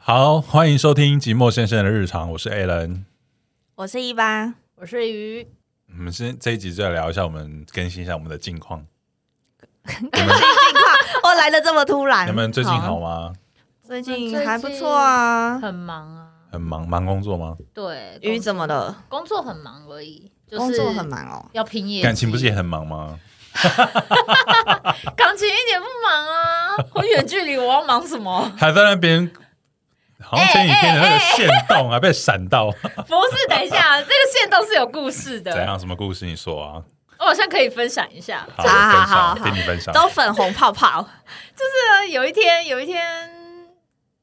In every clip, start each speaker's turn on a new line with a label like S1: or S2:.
S1: 好，欢迎收听寂寞先生的日常，我是 Alan。
S2: 我是一 八，
S3: 我是鱼，
S1: 我们先这一集就来聊一下，我们更新一下我们的近况。
S2: 更新近况，我来的这么突然。
S1: 你们最近好？吗？
S2: 最近还不错啊。
S3: 很忙啊，
S1: 很忙忙工作吗？
S3: 对，
S2: 鱼
S3: 工
S2: 怎么了？
S3: 工作很忙而已，就是
S2: 工作很，忙哦。
S3: 要拼业绩
S1: 感情不是也很忙吗？？
S3: 感情一点不忙啊， 我远距离我要忙什么
S1: 还在那边，好像前几天的那个线动啊还被闪到，
S3: 不是，等一下，这个线都是有故事
S1: 怎
S3: 的，
S1: 样？什么故事？你说啊？
S3: 我好像可以分享一下。
S1: 好，
S2: 好好好
S1: 我分享，
S2: 好
S1: 听你分享。
S2: 都粉红泡泡，
S3: 就是呢有一天，有一天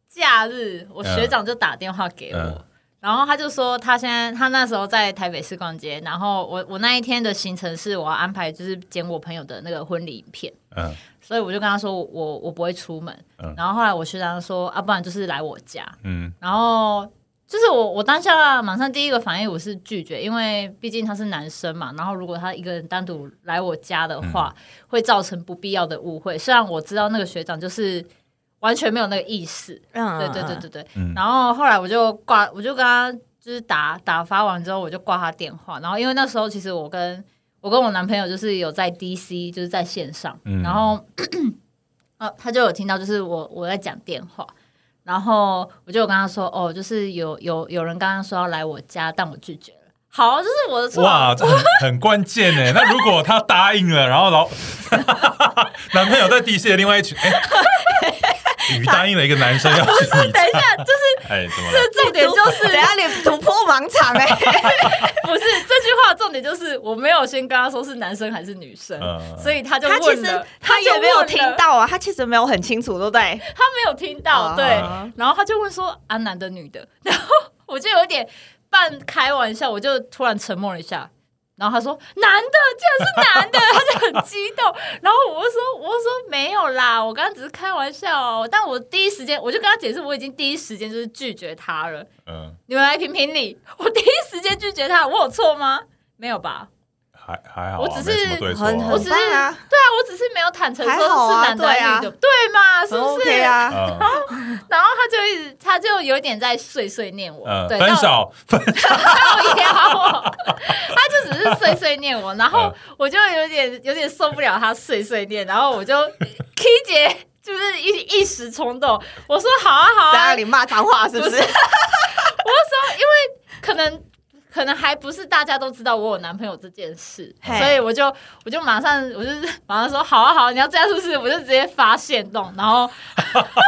S3: 假日，我
S1: 嗯
S3: 学长就打电话给我。
S1: 嗯
S3: 然后他就说，他现在他那时候在台北市逛街，然后我我那一天的行程是我要安排就是剪我朋友的那个婚礼影片，
S1: 嗯
S3: 所以我就跟他说我我不会出门，
S1: 嗯
S3: 然后后来我学长说啊，不然就是来我家，
S1: 嗯
S3: 然后就是我我当下马上第一个反应我是拒绝，因为毕竟他是男生嘛，然后如果他一个人单独来我家的话，会造成不必要的误会。虽然我知道那个学长就是完全没有那个意识，
S2: 嗯，
S3: 对对对对对，
S1: 嗯，
S3: 然后后来我就挂，我就跟他就是打打发完之后，我就挂他电话。然后因为那时候其实我跟我跟我男朋友就是有在 DC，就是在线上，
S1: 嗯
S3: 然后 哦、他就有听到就是我我在讲电话，然后我就有跟他说哦，就是有有有人刚刚说要来我家，但我拒绝了。好，这是我的错。
S1: 哇，这很很关键呢。那如果他答应了，然后老 男朋友在 DC 的另外一群，哎、鱼答应了一个男生要去你家，
S3: 等 一下，就是
S1: 哎，怎么了？
S3: 重点就是
S2: 等一下你突破盲场哎。
S3: 不是这句话的重点就是我没有先跟他说是男生还是女生，
S1: 嗯
S3: 所以他 就
S2: 他其
S3: 问
S2: 实
S3: 了，
S2: 他
S3: 就
S2: 也没有
S3: 问
S2: 听
S3: 了
S2: 到啊，他其实没有很清楚，对不对？
S3: 他没有听到，
S2: 哦
S3: 对，然后他就问说啊，男的女的， 然后我就有点半开玩笑，我就突然沉默了一下，然后他说男的，竟然是男的， 他就很激动，然后我就说我就说没有啦，我刚刚只是开玩笑哦，但我第一时间我就跟他解释，我已经第一时间就是拒绝他了，
S1: 嗯，
S3: 你们来评评理，我第一时间拒绝他，我有错吗？没有吧？
S1: 还还好、啊，
S3: 我只是
S1: 没什么对错、
S2: 很
S1: 啊
S3: 我
S2: 很
S3: 只是
S2: 棒啊，
S3: 对啊，我只是没有坦诚说
S2: 还好啊
S3: 是男的还是女的，
S2: 对
S3: 对嘛？是
S2: 很
S3: 不是
S2: OK 啊。
S1: 嗯
S3: 然后他就一直，他就有点在碎碎念我，
S1: 嗯，
S3: 对，
S1: 分
S3: 到
S1: 手，分
S3: 靠腰，他就只是碎碎念我，然后我就有点有点受不了他碎碎念，然后我就 K 姐就是一一时冲动，我说好啊好
S2: 等一
S3: 啊，
S2: 下
S3: 我就
S2: 你骂脏话是不是？
S3: 说因为可能。可能还不是大家都知道我有男朋友这件事，
S2: 嘿
S3: 所以我就我就马上我就马上说好啊好啊，你要这样是不是？我就直接发现动，然后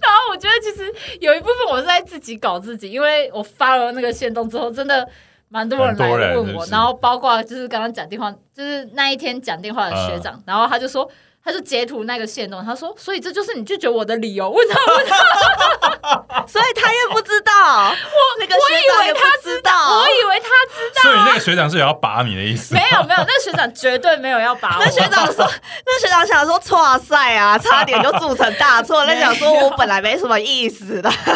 S3: 然后我觉得其实有一部分我是在自己搞自己，因为我发了那个线动之后，真的蛮多人来
S1: 很多人
S3: 问我，
S1: 是不是
S3: 然后包括就是刚刚讲电话，就是那一天讲电话的学
S2: 嗯
S3: 长，然后他就说。他就截图那个线动，他说：“所以这就是你拒绝我的理由。”问他，
S2: 所以他也不知 道， 那个学长也不知道
S3: 我。以为他知
S1: 手，所以那个学长是有要把你的意思
S3: 没，有没有，那学长绝对没有要把我
S2: 那学长 说，那学长想说，哇塞啊，差点就铸成大错。那 想说我本来没什么意思的，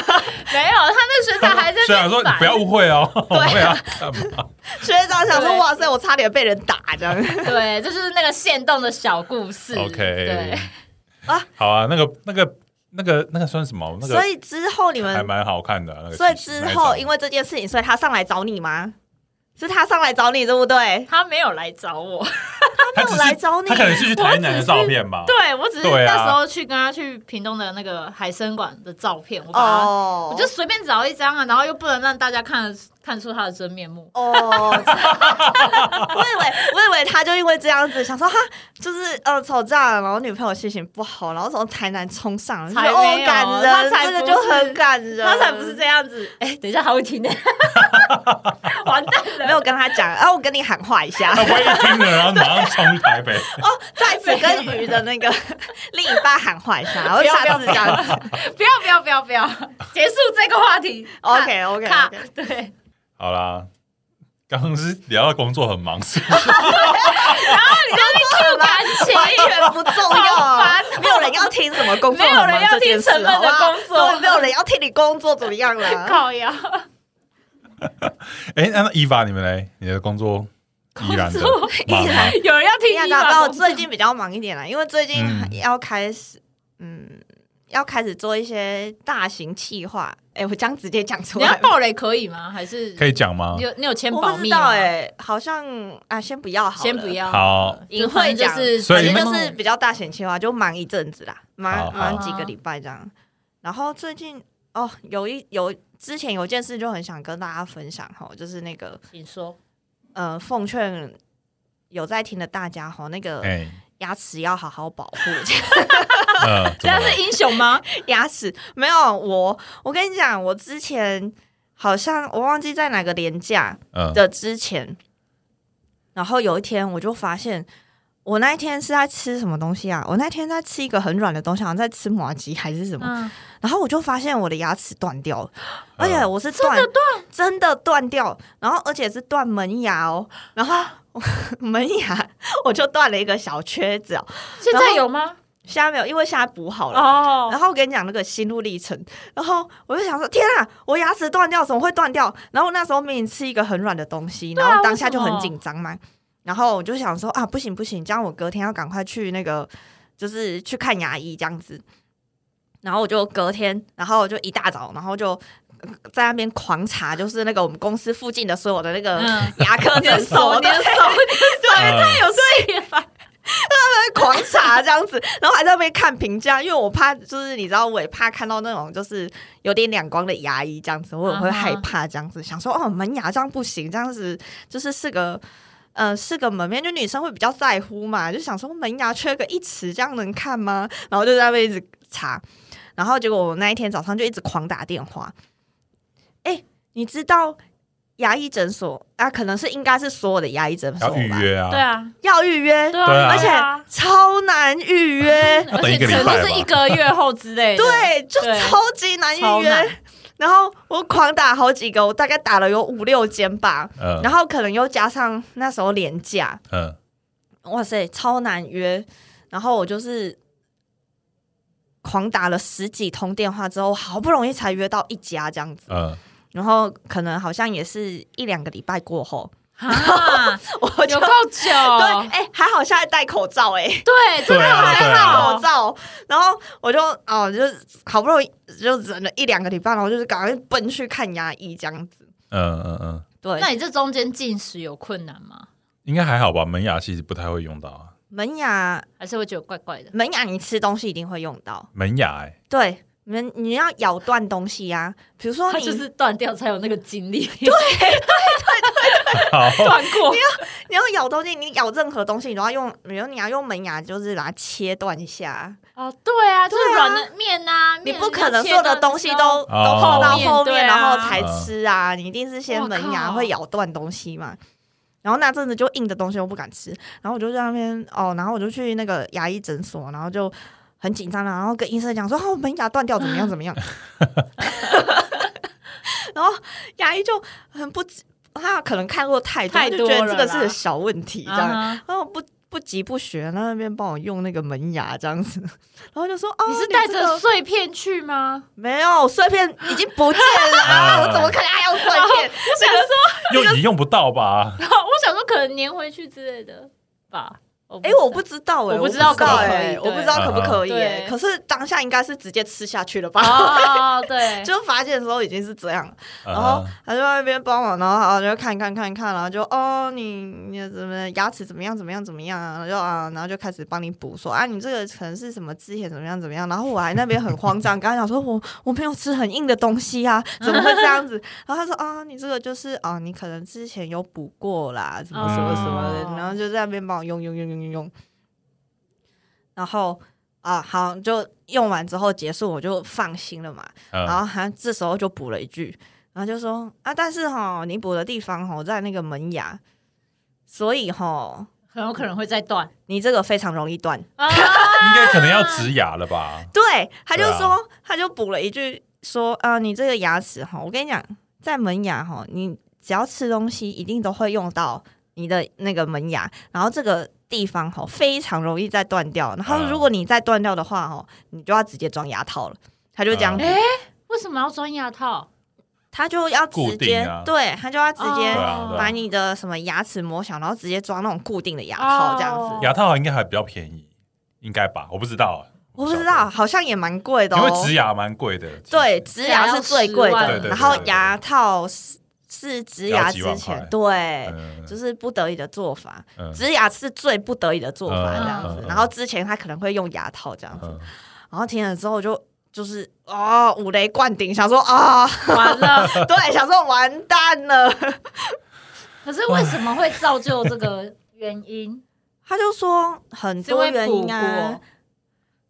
S3: 没有，他那学长还在
S1: 学长
S3: 那边
S1: 说你
S3: 烦
S1: 不要误会哦， 我啊没有要干嘛，
S2: 学长想说，
S3: 对
S2: 哇塞，我差点被人打这样。
S3: 对，这就是那个线动的小故事。
S1: 嗯 OK
S3: 对，
S2: 啊，
S1: 好啊，那个那个那个那个算什么？那
S2: 所
S1: 个
S2: 以之后你
S1: 还
S2: 们，
S1: 蛮好看的啊、那个
S2: 所以
S1: 其实
S2: 之后
S1: 那
S2: 因
S1: 一
S2: 为这件事情，所以他上来找你吗？是他上来找你，对不对？
S3: 他没有来找我，
S1: 哦张他
S2: 没有
S1: 只
S2: 来
S1: 是
S2: 找你
S1: 他可能是去台南的照片吧，
S3: 对我只是
S1: 对啊
S3: 那时候去跟他去屏东的那个海参馆的照片，我把他
S2: 哦，
S3: 我就随便找一张啊，然后又不能让大家看看出他的真面目。
S2: 哦， 我以为我以为他就因为这样子想说哈，就是呃吵架了，然后女朋友心情不好，然后从台南冲上，
S3: 才
S2: 就觉得哦
S3: 没有
S2: 感人，
S3: 他才
S2: 这个
S3: 不
S2: 就是很感人，
S1: 啊
S3: 他才不是这样子，哎、等一下还 会听的，完蛋了，
S2: 没有跟他讲，啊，我跟你喊话一下
S3: 哦
S1: 他，不会一听了然后马上冲台北，
S2: 在此跟鱼的那个 另一半喊话一下，然后下次这样子。
S3: 不要不要不要不要，结束这个话题。
S2: OK OK
S3: 卡
S2: OK，
S3: 对，
S1: 好啦。刚刚是聊到工作很忙， 是不是
S3: 不感
S2: 完
S3: 情。
S2: 全不重
S3: 好
S2: 要
S3: 烦，哦
S2: 没有人要听什么工作
S3: 没有
S2: 很
S3: 人
S2: 忙
S3: 要
S2: 这件
S3: 听
S2: 事，
S3: 沉闷
S2: 好
S3: 的
S2: 不好
S3: 工作
S2: 对没有人要听你工作怎么样了。
S3: 靠呀！
S1: 哎、那那伊凡你们嘞？你的工作依然 的
S3: 工
S1: 忙吗？
S3: 有人要听
S2: 呀，
S3: 你
S2: 那
S3: 吗？
S2: 我最近比较忙一点啦，因为最近
S1: 嗯
S2: 要开始，嗯，要开始做一些大型企划，哎、我这样直接讲出
S3: 你
S2: 来
S3: 要
S2: 吗，
S3: 暴雷可以吗？还是
S1: 可以啊讲吗
S3: 你？有你有签
S2: 我
S3: 保
S2: 不
S3: 密
S2: 知道
S3: 吗？
S2: 哎、好像啊，先不要好了，
S3: 先不要
S1: 好，
S2: 隐
S3: 反
S2: 晦
S3: 正
S2: 讲
S3: 就是，
S1: 所
S2: 反
S1: 以你
S2: 正
S1: 们
S2: 就是比较大型企划，就忙一阵子啦，
S1: 好好
S2: 忙忙几个礼拜这样。然后最近哦，有一有之前有件事就很想跟大家分享哈，就是那个
S3: 请说。
S2: 呃，奉劝有在听的大家哈，那 个
S1: 哎，
S2: 牙齿要好好保护。
S1: 呃，怎
S3: 这
S1: 么
S3: 样
S1: 了
S3: 是英雄吗？
S2: 牙齿没有我，我跟你讲，我之前好像我忘记在哪个年假
S1: 嗯
S2: 的之前，然后有一天我就发现，我那一天是在吃什么东西啊？我那天在吃一个很软的东西，好像在吃麻吉还是什么，
S3: 嗯，
S2: 然后我就发现我的牙齿断掉了，而且
S1: 嗯
S2: 我是断断真的断掉，然后而且是断门牙哦，然后 门牙我就断了一个小缺子哦，
S3: 现在有吗？
S2: 现在没有，因为现在补好了。
S3: 哦，
S2: 然后我跟你讲那个心路历程，然后我就想说，天啊，我牙齿断掉怎么会断掉？然后那时候明明吃一个很软的东西，
S3: 对啊
S2: 然后当下就
S3: 为什
S2: 很
S3: 么
S2: 紧张嘛。然后我就想说啊，不行不行，这样我隔天要赶快去那个，就是去看牙医这样子。然后我就隔天，然后我就一大早，然后就呃在那边狂查，就是那个我们公司附近的所有的那个
S3: 嗯
S2: 牙科
S3: 你的
S2: 诊
S3: 手，
S2: 所，
S3: 你的手，
S1: 嗯
S3: 太有事了。
S2: 狂查这样子，然后还在那边看评价，因为我怕就是你知道，我也怕看到那种就是有点两光的牙医这样子，我也会害怕这样子，想说哦门牙这样不行，这样子就是是个。呃，是个门面，就女生会比较在乎嘛，就想说门牙缺个一尺，这样能看吗？然后就在那边一直查，然后结果我那一天早上就一直狂打电话。哎、你知道牙医诊所啊？可能是应该是所有的牙医诊所
S1: 要
S2: 吧
S1: 预约啊？
S3: 对，啊，
S2: 要预约，
S3: 对啊，
S1: 对啊
S2: 而且
S3: 啊
S2: 超难预约，
S1: 要等一个礼
S3: 而且
S1: 拜
S3: 可
S1: 吧
S3: 能是一个月后之类的。
S2: 对，就超级难
S3: 超
S2: 预
S3: 难
S2: 约。然后我狂打好几个，我大概打了有五六间吧，
S1: 嗯，
S2: 然后可能又加上那时候廉价，
S1: 嗯，
S2: 哇塞，超难约。然后我就是狂打了十几通电话之后，好不容易才约到一家这样子。
S1: 嗯，
S2: 然后可能好像也是一两个礼拜过后，
S3: 啊，
S2: 我就
S3: 有够哦久。
S2: 对，哎、还好现在戴口罩、哎。
S3: 对，真
S1: 对
S3: 的
S1: 啊
S3: 还
S1: 对
S2: 戴
S1: 啊
S3: 好
S2: 口。罩，然后我就哦，就是好不容易就忍了一两个礼拜，然后就是赶快奔去看牙医这样子。
S1: 嗯嗯嗯，
S2: 对
S3: 那，你这中间进食有困难吗？
S1: 应该还好吧？门牙其实不太会用到啊，
S2: 门牙
S3: 还是会觉得怪怪的？
S2: 门牙你吃东西一定会用到，
S1: 门牙哎，
S2: 对，门你要咬断东西呀、比如说
S3: 他
S2: 哦你、
S3: 就是断掉才有那个精力，对，
S1: 好，
S3: 断过。
S2: 你要咬东西，你咬任何东西，你都要用，比如你要用门牙，就是把它切断一下，
S3: 哦，对啊，就是
S2: 对啊
S3: 软的面啊，
S2: 你
S3: 面
S2: 不可能所有的东西
S3: 啊
S2: 都都
S1: 哦
S2: 碰到
S3: 后
S2: 后
S3: 面对
S2: 面，
S3: 啊
S2: 然后才吃啊，你一定是先门
S3: 哇
S2: 牙
S3: 靠
S2: 会咬断东西嘛。然后那阵子就硬的东西我不敢吃，然后我就在那边哦，然后我就去那个牙医诊所，然后就很紧张，然后跟医生讲说哦，门牙断掉怎么样怎么样，然后牙医就很不急，他可能看过太多，
S3: 太
S2: 就
S3: 多
S2: 觉得这
S3: 了
S2: 个
S3: 啦
S2: 是个小问题这样，
S3: 啊哈
S2: 然后不不急不学，然后那边帮我用那个门牙这样子， 然后就说哦，
S3: 你是
S2: 这
S3: 带着
S2: 个
S3: 碎片去吗？
S2: 没有碎片已经不见了
S1: 啊
S2: 啊，我怎么可能还有碎片？
S3: 我想 说，
S1: 用也用不到吧？
S3: 哦我想说，可能粘回去之类的吧。
S2: 哎、我不知道哎、
S3: 我
S2: 我
S3: 不
S2: 不
S3: 知道
S1: 可不可
S2: 哎、
S3: 以
S2: 我不知道可不可以
S3: 对
S2: 哎、
S3: 对
S2: 可是当下应该是直接吃下去了吧？
S3: 哦，对，
S2: 就发现的时候已经是这样了，
S1: 嗯
S2: 然后他就在那边帮我，然后啊就看看看看，然后就哦你你的怎么牙齿怎么样怎么样怎么样啊，然后就啊然后就开始帮你补说啊你这个可能是什么之前怎么样怎么样，然后我还那边很慌张，刚才想说我我没有吃很硬的东西啊，怎么会这样子？然后他说啊你这个就是啊你可能之前有补过啦，什么什么什么的，
S3: 哦
S2: 然后就在那边帮我用用用用用用，然后啊好就用完之后结束我就放心了嘛，然
S1: 嗯，
S2: 后他这时候就补了一句，然后就说啊，但是哈，你补的地方哈在那个门牙，所以哈，
S3: 很有可能会再 断。
S2: 你这个非常容易断。
S3: 啊，
S1: 应该可能要
S2: 啊
S1: 植牙了吧？
S2: 对，他就
S1: 对啊
S2: 说，他就补了一句说啊，你这个牙齿哈，我跟你讲，在门牙哈，你只要吃东西一定都会用到你的那个门牙，然后这个。地方哈非常容易再断掉，然后
S1: 啊
S2: 如果你再断掉的话哈，你就要直接装牙套了。他就这样
S1: 啊
S2: 子，
S3: 哎，为什么要装牙套？
S2: 他就要
S1: 固
S2: 直
S1: 定
S2: 接、
S1: 啊
S2: 对，他就要直接
S1: 哦对啊对啊
S2: 把你的什么牙齿磨小，然后直接装那种固定的牙套这样子。
S3: 哦
S1: 牙套应该还比较便宜，应该吧？我不知道，
S2: 我不知道，好像也蛮贵的
S1: 因为
S2: 哦
S1: 植。牙蛮贵的。其实
S2: 对，，植牙是最贵
S3: 对
S1: 对
S2: 的，
S1: 对
S2: 然后
S1: 对对
S2: 牙套是是植牙
S1: 要几
S2: 之
S1: 万
S2: 前
S1: 块，
S2: 对，
S1: 嗯
S2: 就是不得已的做法。
S1: 嗯
S2: 植牙是最不得已的做法，
S1: 嗯
S2: 这样
S1: 嗯
S2: 子
S1: 嗯。
S2: 然后之前他可能会用牙套这样子，
S1: 嗯
S2: 然后听了之后就就是哦五雷贯顶，想说啊，
S3: 完了。
S2: 对，想说完蛋了。
S3: 可是为什么会造就这个原 因？
S2: 他就说很
S3: 是因
S2: 多
S3: 为
S2: 原
S3: 补
S2: 因啊
S3: 过，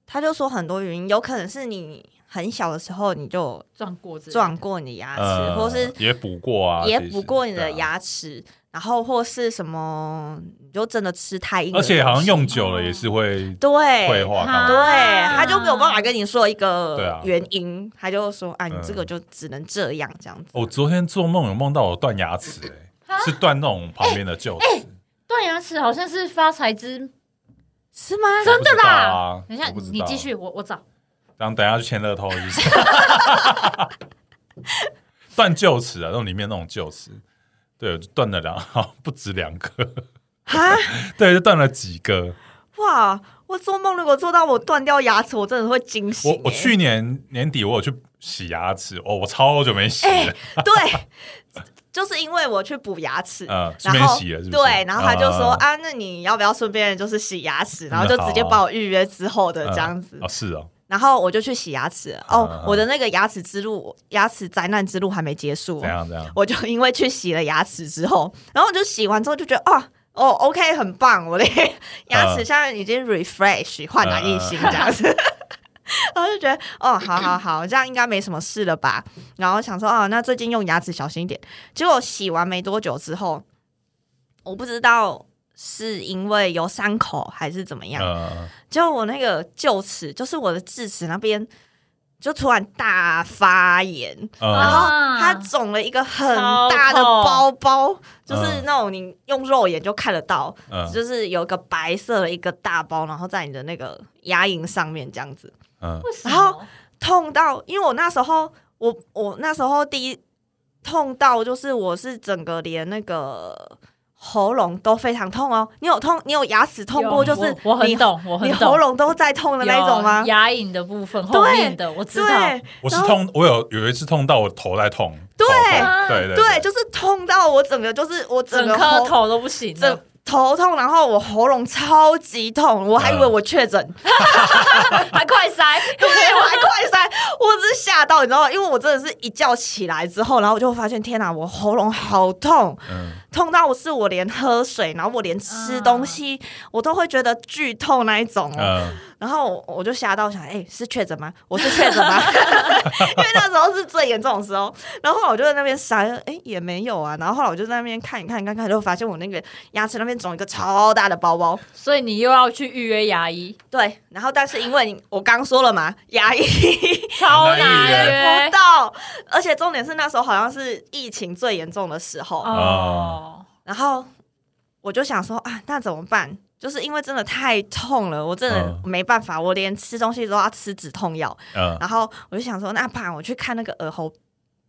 S2: 他就说很多原因，有可能是你很小的时候你就
S3: 撞过之类的
S2: 撞过你牙齿，
S1: 呃
S2: 或是
S1: 也补过啊，
S2: 也
S1: 其实
S2: 补过你的。
S1: 对啊
S2: 牙齿，然后或是什么，你就真的吃太硬的
S1: 而
S2: 东西，哦
S1: 且好像用久了也是会退
S2: 对。
S1: 化
S3: 啊
S1: 到。
S2: 对，他就没有办法跟你说一
S1: 对
S2: 个
S1: 啊
S2: 原因，他就说：“啊，你
S1: 嗯哦
S2: 这个就只能这样这样子。
S1: 我昨天做梦有梦到我断牙齿，
S2: 啊
S1: 哎，是断那种旁边的臼
S2: 哎
S1: 齿，
S3: 断牙齿，好像啊是发财之。”
S2: 是吗？
S3: 真的
S1: 我
S3: 啦！
S1: 不
S3: 等
S1: 知
S3: 一
S1: 道啊
S3: 下，
S1: 我不知道
S3: 你继续，我我找。
S1: 然后等一下去 签乐透，就是断臼齿啊，那种里面那种臼齿，对，就断了两，不止两个，
S2: 哈，
S1: 对，就断了几个。
S2: 哇！我做梦如果做到我断掉牙齿，我真的会惊醒、
S1: 我我
S2: 欸
S1: 去年年底我有去洗牙齿，哦，我超久没洗了，
S2: 哎对， 就是因为我去补牙齿，
S1: 嗯，顺
S2: 然
S1: 便
S2: 后
S1: 洗了，是不是？
S2: 对，然后他就说
S1: 啊，
S2: 啊，那你要不要顺便就是洗牙齿？
S1: 嗯
S2: 然后就直接
S1: 好啊
S2: 帮我预约之后的
S1: 嗯
S2: 这样子
S1: 啊，，是哦，
S2: 然后我就去洗牙齿了。
S1: 嗯
S2: 哦
S1: 嗯，
S2: 我的那个牙齿之路，牙齿灾难之路还没结束
S1: 怎
S2: 哦，
S1: 样怎样，
S2: 我就因为去洗了牙齿之后，然后我就洗完之后就觉得哦。哦、o k 很棒，我的 牙齿现在已经 refresh 焕然一新这样子， 然后就觉得哦，好好好，这样应该没什么事了吧？然后想说哦，那最近用牙齿小心一点。结果洗完没多久之后，我不知道是因为有伤口还是怎么样，
S1: 呃，
S2: 结果我那个臼齿，就是我的智齿那边，就突然大发炎，然
S1: 呃
S2: 后
S3: 嗯啊
S2: 它肿了一个很大的包包，就是那种你用肉眼就看得到，
S1: 嗯
S2: 就是有一个白色的一个大包，然后在你的那个牙龈上面这样子，
S1: 嗯，
S3: 为什么
S2: 然后痛到，因为我那时候，我我那时候第一痛到就是我是整个连那个喉咙都非常痛哦，你有痛，你有牙齿痛过，
S3: 有
S2: 就是
S3: 我我很
S2: 你
S3: 懂，我很
S2: 你
S3: 懂
S2: 喉咙都在痛的那一种吗
S3: 有？啊牙龈的部分，后面的我知道
S2: 对。
S1: 我是
S2: 然后
S1: 痛，我有有一次痛到我头在痛，
S2: 对啊
S1: 头痛对对
S2: 对，就是痛到我整个就是我整
S3: 整
S2: 个
S3: 颗
S2: 喉
S3: 头都不行
S2: 整
S3: 了，
S2: 头痛，然后我喉咙超级痛，我还以为我确诊，
S3: 还快塞，
S2: 对，我还快塞，我只是吓到，你知道吗？因为我真的是一觉起来之后，然后我就发现，天哪，我喉咙好痛，
S1: 嗯，
S2: 痛到我是我连喝水，然后我连吃东西，我都会觉得剧痛那一种哦。
S1: 嗯
S2: 然后我我就吓到想，哎、是确诊吗？我是确诊吗？ 因为那时候是最严重的时候。然后后来我就在那边傻，哎、也没有啊。然后后来我就在那边看一看，看一看，就发现我那个牙齿那边肿一个超大的包包。
S3: 所以你又要去预约 牙医，
S2: 对，然后但是因为你我刚说了嘛，牙医
S3: 超
S1: 难预约
S3: 难
S2: 不
S3: 约
S2: 到，而且重点是那时候好像是疫情最严重的时候，
S3: 哦。
S2: 然后我就想说啊，那怎么办？就是因为真的太痛了，我真的
S1: 嗯
S2: 没办法，我连吃东西都要吃止痛药。
S3: 啊
S1: 嗯，
S2: 然后我就想说，那不然我去看那个耳喉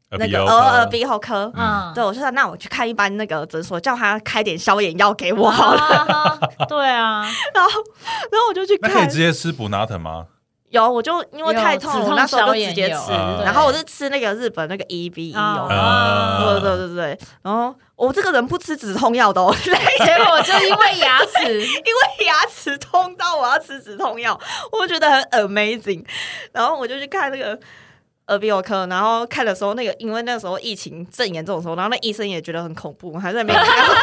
S1: 耳
S2: 那
S1: 鼻喉
S2: 个
S3: 哦
S2: 耳
S1: 科
S2: 耳鼻喉科。
S1: 嗯
S3: 嗯，
S2: 对，我就想，那我去看一般那个诊所，叫他开点消炎药给我好了。
S3: 啊，对啊，
S2: 然后，然后我就去
S1: 那可以
S2: 看
S1: 直，接吃补拿疼 吗？
S2: 有，我就因为
S3: 有
S2: 太痛
S3: 止
S2: 了，
S3: 痛
S2: 我那时候
S3: 消
S2: 就
S3: 炎
S2: 直接
S3: 有
S2: 吃。
S1: 嗯
S2: 然后我是吃那个日本那个 E B E
S3: 啊
S2: 哦，
S1: 啊
S2: 对对对对。然后我这个人不吃止痛药的哦，
S3: 结果就因为牙齿，
S2: 因为牙齿痛到我要吃止痛药，我觉得很 amazing。然后我就去看那个耳鼻喉科，然后看的时候，那个因为那时候疫情正严重的时候，然后那医生也觉得很恐怖，还在那边 开我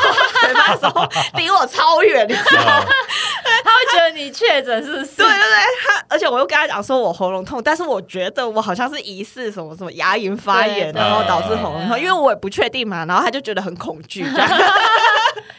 S2: 嘴巴的时候 离我超远，你知道吗
S1: 啊
S3: 他会觉得你确诊是不是？
S2: 对对对，他而且我又跟他讲说我喉咙痛，但是我觉得我好像是疑似什么什么牙龈发炎，
S3: 对
S2: 然后导致
S1: 对
S2: 喉咙
S3: 对
S2: 痛，因为我也不确定嘛，然后他就觉得很恐惧 这样。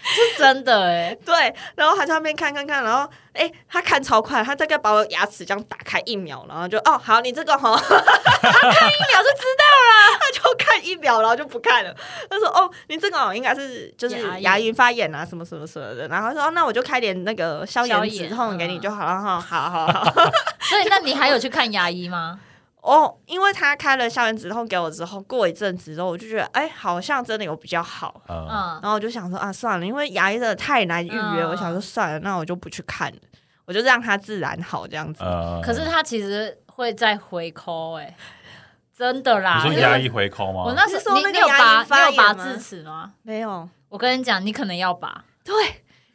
S3: 是真的哎，
S2: 对，然后他在那边看看看，然后哎、诶他看超快，他大概把我牙齿这样打开一秒，然后就哦，好，你这个哈，他看一秒就知道啦，他就看一秒，然后就不看了。他说哦，你这个哦应该是就是
S3: 牙龈
S2: 牙龈发炎啊，什么什么什么的。然后他说、哦、那我就开点那个消
S3: 消
S2: 炎止
S3: 炎
S2: 痛给你
S3: 嗯
S2: 就好了哈，好好好。
S3: 所以那你还有去看牙医吗？
S2: 哦，因为他开了消炎止痛给我之后，过一阵子之后，我就觉得哎、好像真的有比较好。
S1: 啊
S3: 嗯，
S2: 然后我就想说啊，算了，因为牙医真的太难预约，
S3: 嗯
S2: 我想说算了，那我就不去看了。我就让它自然好这样子。
S1: 呃，
S3: 可是他其实会再回扣哎、真的
S1: 你
S3: 啦。
S1: 说
S3: 啊因为
S1: 压抑回扣吗？
S3: 我那
S2: 你
S3: 时
S2: 是说
S3: 候
S2: 那
S3: 你
S2: 个
S3: 你有
S2: 牙
S3: 拔
S2: 龈发
S3: 你有拔
S2: 炎吗
S3: 智齿吗？
S2: 没有，
S3: 我跟你讲，你可能要拔，
S2: 对，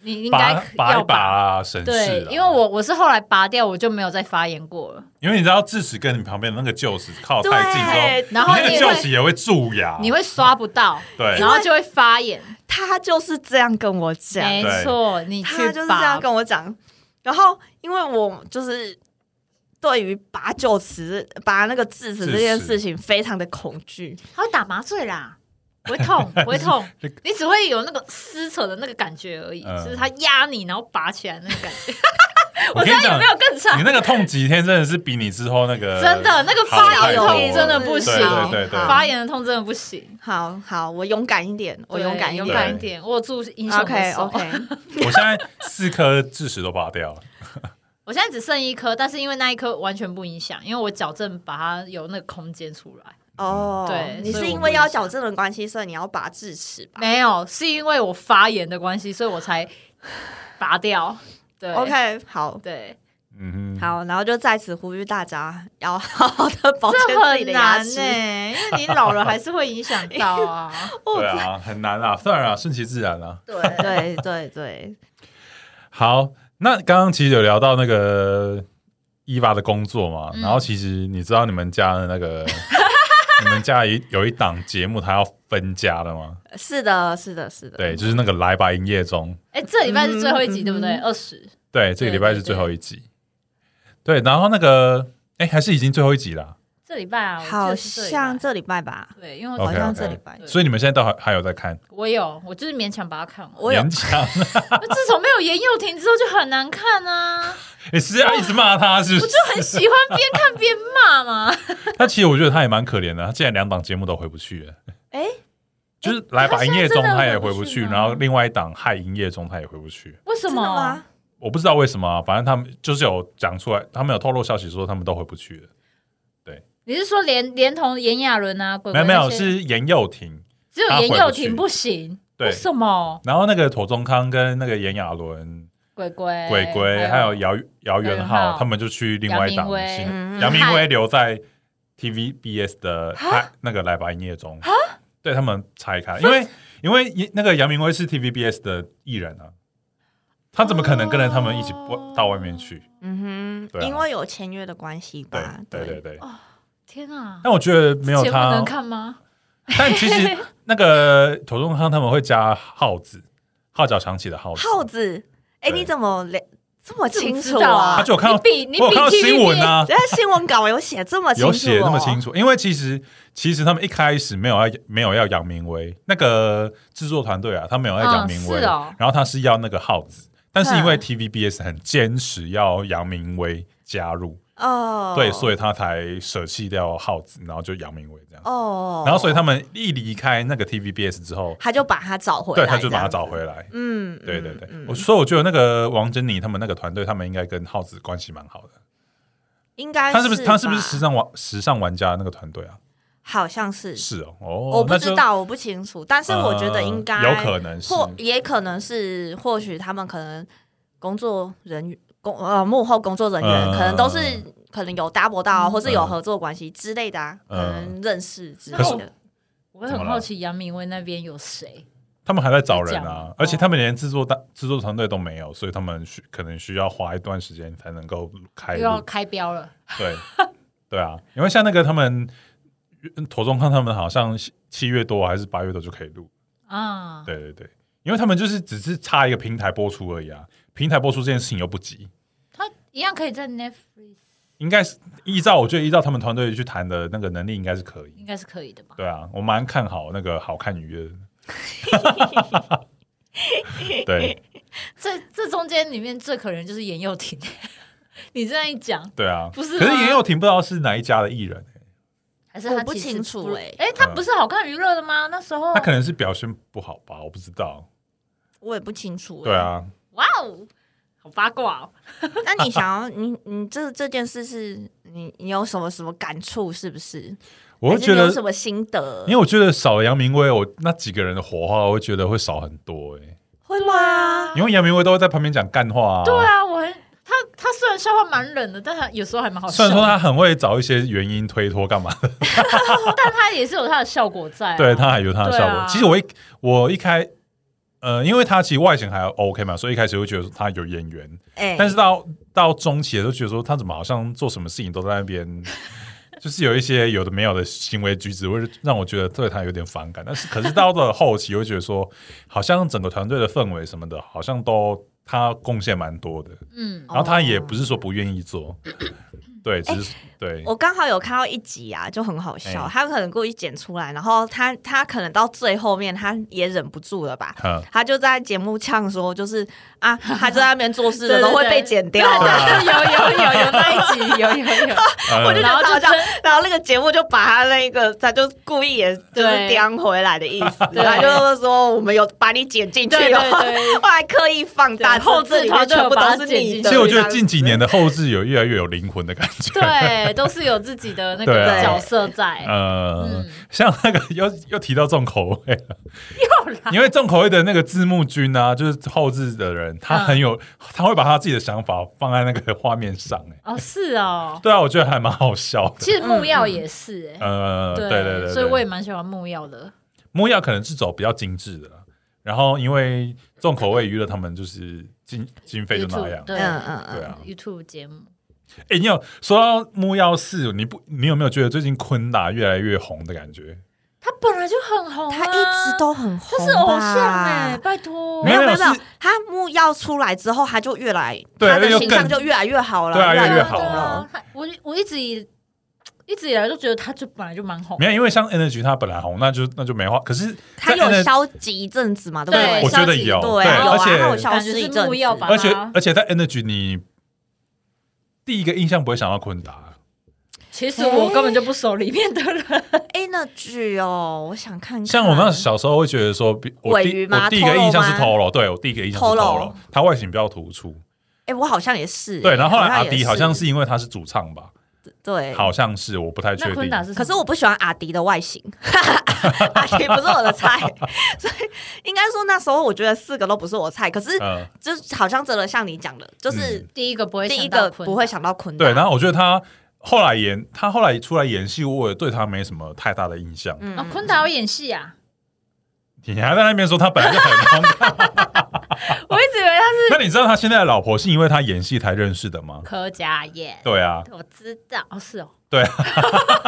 S3: 你应该
S1: 拔拔
S3: 要
S1: 一拔啊，省事
S3: 对
S1: 啊。，
S3: 因为我我是后来拔掉，我就没有再发炎过了。
S1: 因为你知道智齿跟你旁边的那个臼齿靠得哦太近之后，
S2: 对，
S3: 然后
S1: 你那个
S3: 你也
S1: 臼
S3: 会
S1: 齿也会蛀牙，
S3: 你会刷不到，
S1: 对
S3: 然后就会发炎。
S2: 他就是这样跟我讲，
S3: 没
S1: 对啊
S3: 错，你去
S2: 他就是这
S3: 拔
S2: 样。跟我讲。然后因为我就是对于拔臼齿、拔那个智齿这件
S1: 智齿
S2: 事情非常的恐惧，
S3: 他会打麻醉啦，不会 痛，不会痛
S1: 这，
S3: 你只会有那个撕扯的那个感觉而已，
S1: 嗯
S3: 就是他压你，然后拔起来那个感觉。
S1: 我
S3: 我
S1: 跟
S3: 现
S1: 你
S3: 在有
S1: 讲
S3: 没，有更惨
S1: 你？那个痛几天真的是比你之后那个
S3: 真的那个
S1: 呃好
S3: 发
S1: 太
S3: 炎
S1: 多
S2: 好有
S1: 了
S3: 痛真的不行，
S1: 对对对对，
S3: 发炎的痛真的不行。
S2: 好好，我勇敢一点，我
S3: 对
S2: 勇敢一
S3: 勇
S2: 点。
S3: 敢一点，握住英雄
S2: OK
S3: 的手。
S2: OK，
S1: 我现在四颗智齿都拔掉了，
S3: 我现在只剩一颗，但是因为那一颗完全不影响，因为我矫正把它有那个空间出来。
S2: 哦，
S3: 对
S2: 你
S3: 所
S2: 是
S3: 以我
S2: 因
S3: 不
S2: 为
S3: 会
S2: 要
S3: 想
S2: 矫正的关系，所以你要拔智齿吧
S3: 没有，是因为我发炎的关系，所以我才拔掉。对
S2: ？OK，好。
S3: 对，
S1: 嗯哼，
S2: 好，然后就在此呼吁大家要好好的保全
S3: 这
S2: 自己
S3: 很
S2: 的牙
S3: 难欸
S2: 齿
S3: 呢、。因为你老了还是会影响到啊。
S1: 对啊，很难啊，当然啊，顺其自然啊。
S3: 对
S2: 对对对，
S1: 好，那刚刚其实有聊到那个伊娃的工作嘛，
S3: 嗯
S1: 然后其实你知道你们家的那 个，你们家有一有一档节目，它要分家的吗？
S2: 是的，是的，是的。
S3: 呃
S1: 对，就是那个《来吧营业中》，
S3: 哎、这礼拜是最后一集，
S2: 嗯
S3: 对不对？二十
S1: 对，这个礼拜是最后一集。对，然后那个，哎，还是已经最后一集啦，
S3: 这礼拜啊，我记得
S2: 好
S3: 是礼拜
S2: 像这礼拜吧，
S3: 对，因为我
S1: OK，
S2: 好像这
S1: OK
S2: 礼拜。
S3: 对
S1: 所以你们现在都还还有在看，
S3: 我有，我就是勉强把它看完。
S2: 我有
S1: 勉强，
S3: 自从没有严幼婷之后，就很难看啊，
S1: 你是要一直骂他是不
S3: 我
S1: 是
S3: 就？很喜欢边看边 骂嘛。
S1: 他其实我觉得他也蛮可怜的，他竟然两档节目都回不去了。
S2: 哎，
S1: 就是来把
S3: 哎他现
S1: 营
S3: 在
S1: 业中
S3: 真的
S1: 他也
S3: 回
S1: 回
S3: 不
S1: 不
S3: 去
S1: 去，
S3: 啊吗
S1: 然后另外一档害营业中他也回不去。
S3: 为什
S2: 真的
S3: 么
S2: 吗？？
S1: 我不知道为什么啊、反正他们就是有讲出来，他们有透露消息说他们都回不去了。
S3: 你是说连连同炎亚纶啊？鬼
S1: 没有没
S3: 鬼那
S1: 有，
S3: 些
S1: 是严幼婷，
S3: 只有
S1: 他
S3: 严
S1: 回
S3: 幼
S1: 不去
S3: 婷不行，
S1: 对
S3: 为什么？
S1: 然后那个妥中康跟那个炎亚纶、
S3: 鬼鬼哎
S1: 鬼鬼还有姚姚元
S3: 姚元
S1: 浩，
S3: 浩
S1: 他们就去另外一档
S3: 杨明威
S1: 新
S2: 嗯
S1: 杨明威留在 TVBS 的嗨那个来吧营业中，对他们拆开，因为因为那个杨明威是 TVBS 的艺人啊，他怎么可能跟着他们一起不
S3: 哦
S1: 到外面去？
S2: 嗯
S1: 对
S2: 哼，
S1: 啊
S2: 因为有签约的关系
S1: 对
S2: 吧？
S1: 对对对。
S3: 天啊，
S1: 但我觉得没有
S3: 节目
S1: 他，
S3: 能看吗？
S1: 但其实那个头中康他们会加耗子，号角响起的号子，
S2: 耗子，哎，
S1: 对
S2: 你怎么了这么清
S3: 知
S2: 楚
S3: 道
S1: 他
S3: 啊
S2: 啊？
S1: 就有看到
S3: 你比你比
S1: 我有看到新闻啊，
S2: 人家新闻稿有写这么清楚，哦
S1: 有写那么清。楚，因为其实其实他们一开始没有要没有要杨明威那个制作团队啊，他没有要杨明威，
S3: 嗯是哦
S1: 然后他是要那个耗子，但是因为
S2: 嗯
S1: TVBS 很坚持要杨明威加入，
S2: 哦，
S1: 对，所
S2: 以
S1: 以他才舍弃掉耗子，然后就杨明威这样，
S2: 哦，
S1: 然后所以他们一离开那个 TVBS 之后，
S2: 他就把他找回
S1: 对，
S2: 来，
S1: 他就把他
S2: 这样
S1: 找
S2: 子
S1: 回来。
S2: 嗯，嗯，
S1: 对对对，
S2: 嗯
S1: 我所以我觉得那个王珍妮他们那个团队，他们应该跟耗子关系蛮好的。
S2: 应该
S1: 他是不是他是不是
S2: 吧
S1: 时尚玩时尚玩家那个团队啊？
S2: 好像是，
S1: 是哦，哦，
S2: 我不
S1: 那
S2: 知
S1: 就
S2: 道，我不清楚，但是我觉得应该
S1: 呃有可能是
S2: 或也可能是，或许他们可能工作人员工呃幕后工作人员、
S1: 嗯
S2: 可能都是可能有 double 到、
S3: 嗯
S2: 或
S1: 呃
S2: 是有合作关系之类的、啊，
S1: 嗯
S2: 可能认识之类
S3: 可
S2: 的
S3: 是。我会
S1: 怎
S3: 很
S1: 么了
S3: 好奇杨明威那边有谁？
S1: 他们还在找
S3: 在
S1: 人
S3: 讲
S1: 啊
S3: 哦，
S1: 而且他们连制作大制作团队都没有，所以他们需可能需要花一段时间才能够开
S3: 又
S1: 路
S3: 要开标了，
S1: 对对啊，因为像那个他们妥中康他们好像七七月多还是八月多就可以录，
S3: 啊，
S1: 对对对，因为他们就是只是差一个平台播出而已啊，平台播出这件事情又不急，
S3: 他一样可以在 Netflix，
S1: 应该是依照我觉得依照他们团队去谈的那个能力应该是可以，
S3: 应该是可以的吧？
S1: 对啊，我蛮看好那个好看愉悦的。对
S3: 这这中间里面最可怜就是严幼婷， 你这样一讲，
S1: 对啊，
S3: 不是
S1: 可是
S3: 吗
S1: 也有挺不知道是哪一家的艺人、欸
S3: 还是他
S2: 我不
S3: 其实
S2: 清楚
S3: 不
S2: 欸
S3: 哎，他不是好看娱乐的吗？那时候
S1: 嗯他可能是表现不好吧，我不知道。
S2: 我也不清楚、欸
S1: 对，啊，
S3: 哇哦，好八卦哦。
S2: 那你想要你你这这件事是你你有什么什么感触？是不是？
S1: 我会
S2: 还是
S1: 觉
S2: 你
S1: 得
S2: 有，什么心得
S1: 因为？我觉得少了杨明威，我那几个人的火花，我会觉得会少很多哎、
S2: 会
S3: 对啊
S2: 吗？
S1: 因为杨明威都会在旁边讲干话啊，
S3: 对啊，我很他他虽然笑话蛮冷的，但他有时候还蛮好
S1: 虽
S3: 笑
S1: 然说
S3: 的。
S1: 他很会找一些原因推脱干嘛的，
S3: 但他也是有他的效果在啊、
S1: 对，他还有他的效
S3: 对
S1: 果。
S3: 啊
S1: 其实我一我一开，呃，因为他其实外形还 OK 嘛，所以一开始会觉得说他有眼缘，
S2: 哎，
S1: 但是到到中期的时候，觉得说他怎么好像做什么事情都在那边， 就是有一些有的没有的行为举止，会让我觉得对他有点反感。但是可是到了后期，又觉得说好像整个团队的氛围什么的，好像都他贡献蛮多的。
S3: 嗯，
S1: 然后他也不是说不愿意做，对，只是对，
S2: 我刚好有看到一集啊，就很好笑，
S1: 哎
S2: 他可能故意剪出来，然后他他可能到最后面他也忍不住了吧。
S1: 嗯，
S2: 他就在节目呛说，就是 啊，他就在那边做事
S3: 对
S2: 的
S3: 对
S2: 都会
S3: 对
S2: 被剪掉
S3: 对
S2: 啊。
S3: 对对有有有有那一集，有 有有，
S1: 呃
S2: 我就觉
S3: 然后
S2: 得超好
S3: 就
S2: 笑
S3: 真
S2: 然后那个节目就把他那个，他就故意也就是
S3: 对
S2: 颠回来的意思，
S3: 对
S2: 他就是说我们有把你剪进去
S3: 对
S2: 哦，
S3: 对对
S2: 后来刻意放大，
S3: 对后
S2: 这这里
S3: 置
S2: 面
S3: 他就
S2: 全部
S3: 把
S2: 都
S3: 它
S2: 是
S3: 剪
S2: 你
S3: 进
S2: 的。
S1: 其
S3: 去
S1: 实我觉得近几年的后置有越来越有灵魂的感觉。
S3: 对，都是有自己的那
S1: 对
S3: 个
S1: 啊
S3: 角色在。
S1: 呃，
S3: 嗯
S1: 像那个 又又提到重口味了，因为重口味的那个字幕君啊，就是后置的人，他很有，
S3: 嗯
S1: 他会把他自己的想法放在那个画面上、哎，
S3: 哦，是哦，
S1: 对啊，我觉得还蛮好笑的。
S3: 其实木曜也是哎、
S1: 呃，对对对
S3: 所以我也
S1: 对，
S3: 蛮喜欢木曜的。
S1: 木曜可能是走比较精致的，然后因为重口味娱乐他们就是经经费就那
S3: YouTube
S1: 样，
S3: 对
S2: 嗯嗯
S1: 对
S2: 嗯，
S1: 啊。
S3: YouTube 节目，
S1: 哎、你有说到木曜四，你不，你有没有觉得最近昆达越来越红的感觉？
S3: 他本来就很红、啊，
S2: 他一直都很
S3: 他
S2: 红，
S3: 是偶像哎、。拜托，
S1: 没
S2: 没
S1: 有
S2: 有没有
S1: 是
S2: 没有，他木曜出来之后，他就越来
S1: 对
S2: 他的
S1: 又
S2: 形象
S1: 更
S2: 就越来越好了，
S1: 对啊越来
S2: 来
S1: 越
S2: 越
S1: 好
S2: 红
S3: 对
S2: 了
S3: 啊。他我我一直以一直以来都觉得他就本来就蛮红
S1: 没，有，因为像 Energy 它本来红，那就那就没话。可是
S2: 他
S1: 在
S2: 有
S1: Ener-
S2: 消极一阵子嘛，对不
S3: 对
S2: 对？
S1: 呃我
S3: 消
S1: 觉得
S3: 极
S1: 有，
S2: 对
S3: 啊
S1: 而
S2: 有啊，他有
S1: 且
S2: 消失一
S3: 感觉是
S2: 阵
S3: 木
S2: 子
S3: 曜吧
S1: 而且
S3: 啊
S1: 而且在 Energy 你第一个印象不会想到昆达，
S3: 其实我根本就不熟里面的人。
S2: Energy 哎哦，我想看看。
S1: 像我那小时候会觉得说，比我
S2: 嗯尾
S1: 第
S2: 鱼吗
S1: 我第一个印象是
S2: Toro
S1: Toro，对我第一个印象是
S2: Toro
S1: Toro，他外形比较突出，
S2: 哎，我好像也是欸。
S1: 对。然后后来阿
S2: 也
S1: 迪好像是因为他是主唱吧，
S2: 对。
S1: 好像是我不太确
S3: 那昆
S1: 定。
S3: 达是什么？
S2: 可是我不喜欢阿迪的外形，阿迪不是我的菜， 所以应该说那时候我觉得四个都不是我菜。可是
S1: 嗯，
S2: 就是好像真的像你讲的，就是
S1: 嗯
S3: 第一个不会
S2: 第一
S3: 想到
S2: 个
S3: 昆达
S2: 不会想到昆达，
S1: 对。然后我觉得他后来演，他后来出来演戏，我也对他没什么太大的印象。
S2: 嗯
S3: 哦，昆达有演戏啊，
S1: 你还在那边说他本来就 很红，
S3: 我一直以为他是
S1: 那你知道他现在的老婆是因为他演戏才认识的吗？
S3: 柯佳燕。
S1: 对啊，
S3: 我知道，哦是哦，
S1: 对，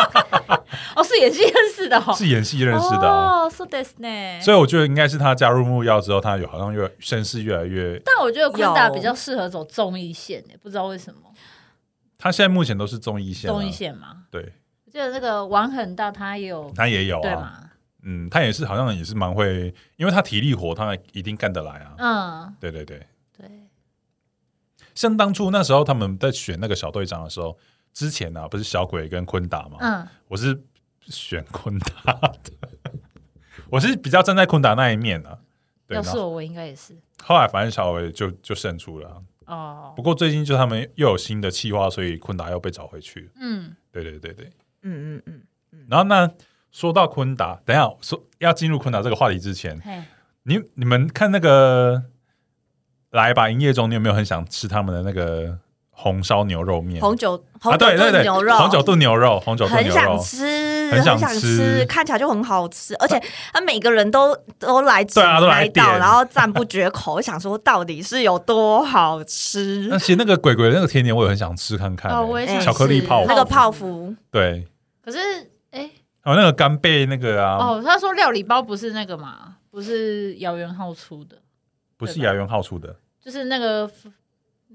S3: 哦是演戏认识的哦，
S1: 是 演戏认识的啊、
S3: 哦，so this 呢。
S1: 所以我觉得应该是他加入木曜之后，他有好像越声势越来越。
S3: 但我觉得昆达
S2: 有
S3: 比较适合走综艺线欸诶，不知道为什么
S1: 他现在目前都是综艺线、啊，
S3: 综艺线嘛。
S1: 对
S3: 我记得那个王很大他也有
S1: 他也有
S3: 对
S1: 啊，
S3: 嘛，
S1: 嗯，他也是好像也是蛮会，因为他体力活，他一定干得来啊。
S3: 嗯，
S1: 对对对，
S3: 对，
S1: 像当初那时候他们在选那个小队长的时候，之前啊不是小鬼跟昆达嘛，
S3: 嗯，
S1: 我是选昆达的， 我是比较站在昆达那一面啊。对，
S3: 要
S1: 然
S3: 是
S1: 后
S3: 我，我应该也是
S1: 后来反正小伟就就胜出了啊、
S3: 哦
S1: 不，过最近就他们又有新的企划，所以昆达又被找回去了。
S3: 嗯，
S1: 对对对对。
S2: 嗯嗯嗯，
S1: 然后那说到昆达，等一下说要进入昆达这个话题之前，
S3: 嘿，
S1: 你你们看那个来吧营业中，你有没有很想吃他们的那个红烧牛肉面？
S2: 红酒
S1: 啊，
S2: 红酒
S1: 对对
S2: 炖
S1: 对，
S2: 牛肉，
S1: 红酒炖牛肉，红酒炖
S2: 很
S1: 牛
S2: 想
S1: 肉，
S2: 吃，
S1: 很
S2: 很
S1: 想
S2: 想
S1: 吃
S2: 看起来就很好吃，而且他每个人都都来指
S1: 对啊都来
S2: 那一道
S1: 点
S2: 然后赞不绝口，我想说到底是有多好吃
S1: 那？其实那个鬼鬼的那个甜点我也很想吃看看、
S3: 哦，我也
S1: 欸
S3: 想
S2: 想
S1: 巧克力
S3: 吃
S1: 泡芙
S2: 那个泡芙，
S1: 对，
S3: 可是哎，
S1: 还有那个干贝那个啊，
S3: 哦，他说料理包不是那个嘛，不是姚元浩出的，
S1: 不是
S3: 对吧
S1: 雅元浩出的，
S3: 就是那个 f-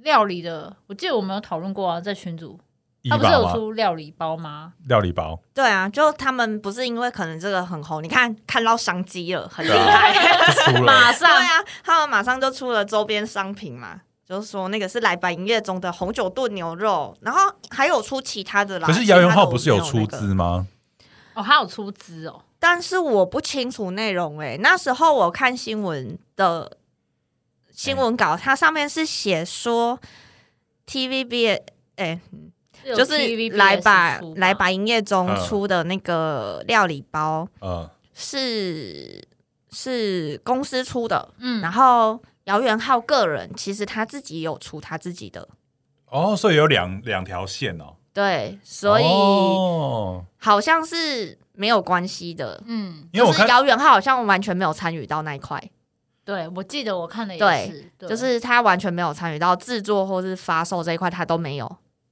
S3: 料理的，我记得我们有讨论过啊，在群组，
S1: 伊
S3: 他不是
S1: 娃
S3: 有
S1: 吗？
S3: 出料理包吗？
S1: 料理 包，
S2: 对啊，就他们不是因为可能这个很红，你看看到商机了，很厉
S1: 对啊
S2: 害。
S1: 出了
S3: 马
S2: 对
S3: 上
S2: 啊，他们马上就出了周边商品嘛，就是说那个是来白营业中的红酒炖牛肉，然后还有出其他的啦。
S1: 可是
S2: 其他
S1: 姚
S2: 的
S1: 元浩
S2: 我
S1: 不是
S2: 没
S1: 有
S2: 有
S1: 出
S2: 那个
S1: 资吗？
S3: 哦，他有出资哦，
S2: 但是我不清楚内容诶、那时候我看新闻的新
S1: 哎
S2: 闻稿，它上面是写说 TVB 诶、
S3: 有
S2: 哎就是
S3: TVBS
S2: 来把
S3: 出吧
S2: 来把营业中
S1: 嗯
S2: 出的那个料理包
S1: 嗯，
S2: 是是公司出的，
S3: 嗯
S2: 然后姚元浩个人其实他自己有出他自己的
S1: 哦，所以有两两条线哦，
S2: 对，所以
S1: 哦
S2: 好像是没有关系的。
S3: 嗯，
S1: 因为我
S2: 就是
S1: 看
S2: 姚元浩好像完全没有参与到那一块，
S3: 对，我记得我看的
S2: 对
S3: 也是，对
S2: 就是他完全没有参与到制作或是发售这一块，他都没有。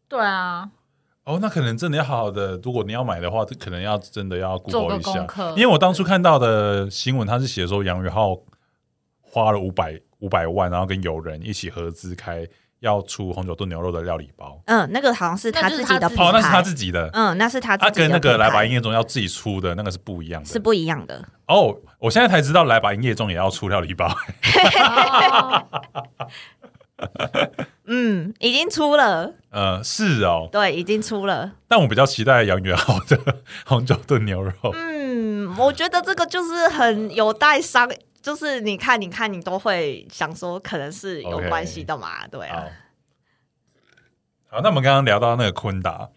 S3: 对啊，
S1: 哦，那可能真的要好好的，如果你要买的话，这可能要真的要
S3: 做
S1: Google
S3: 个
S1: 一
S3: 功
S1: 下，
S3: 课，
S1: 因为我当初看到的新闻，他是写说杨宇浩花了五百五百万，然后跟友人一起合资开要出红酒炖牛肉的料理包，
S2: 嗯，那个好像是他自己的品牌，
S1: 哦，那是他自己的，
S2: 嗯，那是他自
S1: 他
S2: 己的
S1: 跟那个
S2: 品
S1: 来吧
S2: 牌
S1: 营业中要自己出的那个是不一样的，
S2: 是不一样的。
S1: 哦，我现在才知道来吧营业中也要出料理包，
S3: 哦
S2: 嗯，已经出了，
S1: 呃，是哦，
S2: 对，已经出了。
S1: 但我比较期待杨宇浩的红酒炖牛肉，
S2: 嗯，我觉得这个就是很有待商，就是你看，你看，你都会想说，可能是有
S1: OK
S2: 关系的嘛对啊
S1: 好。，好，那我们刚刚聊到那个昆达，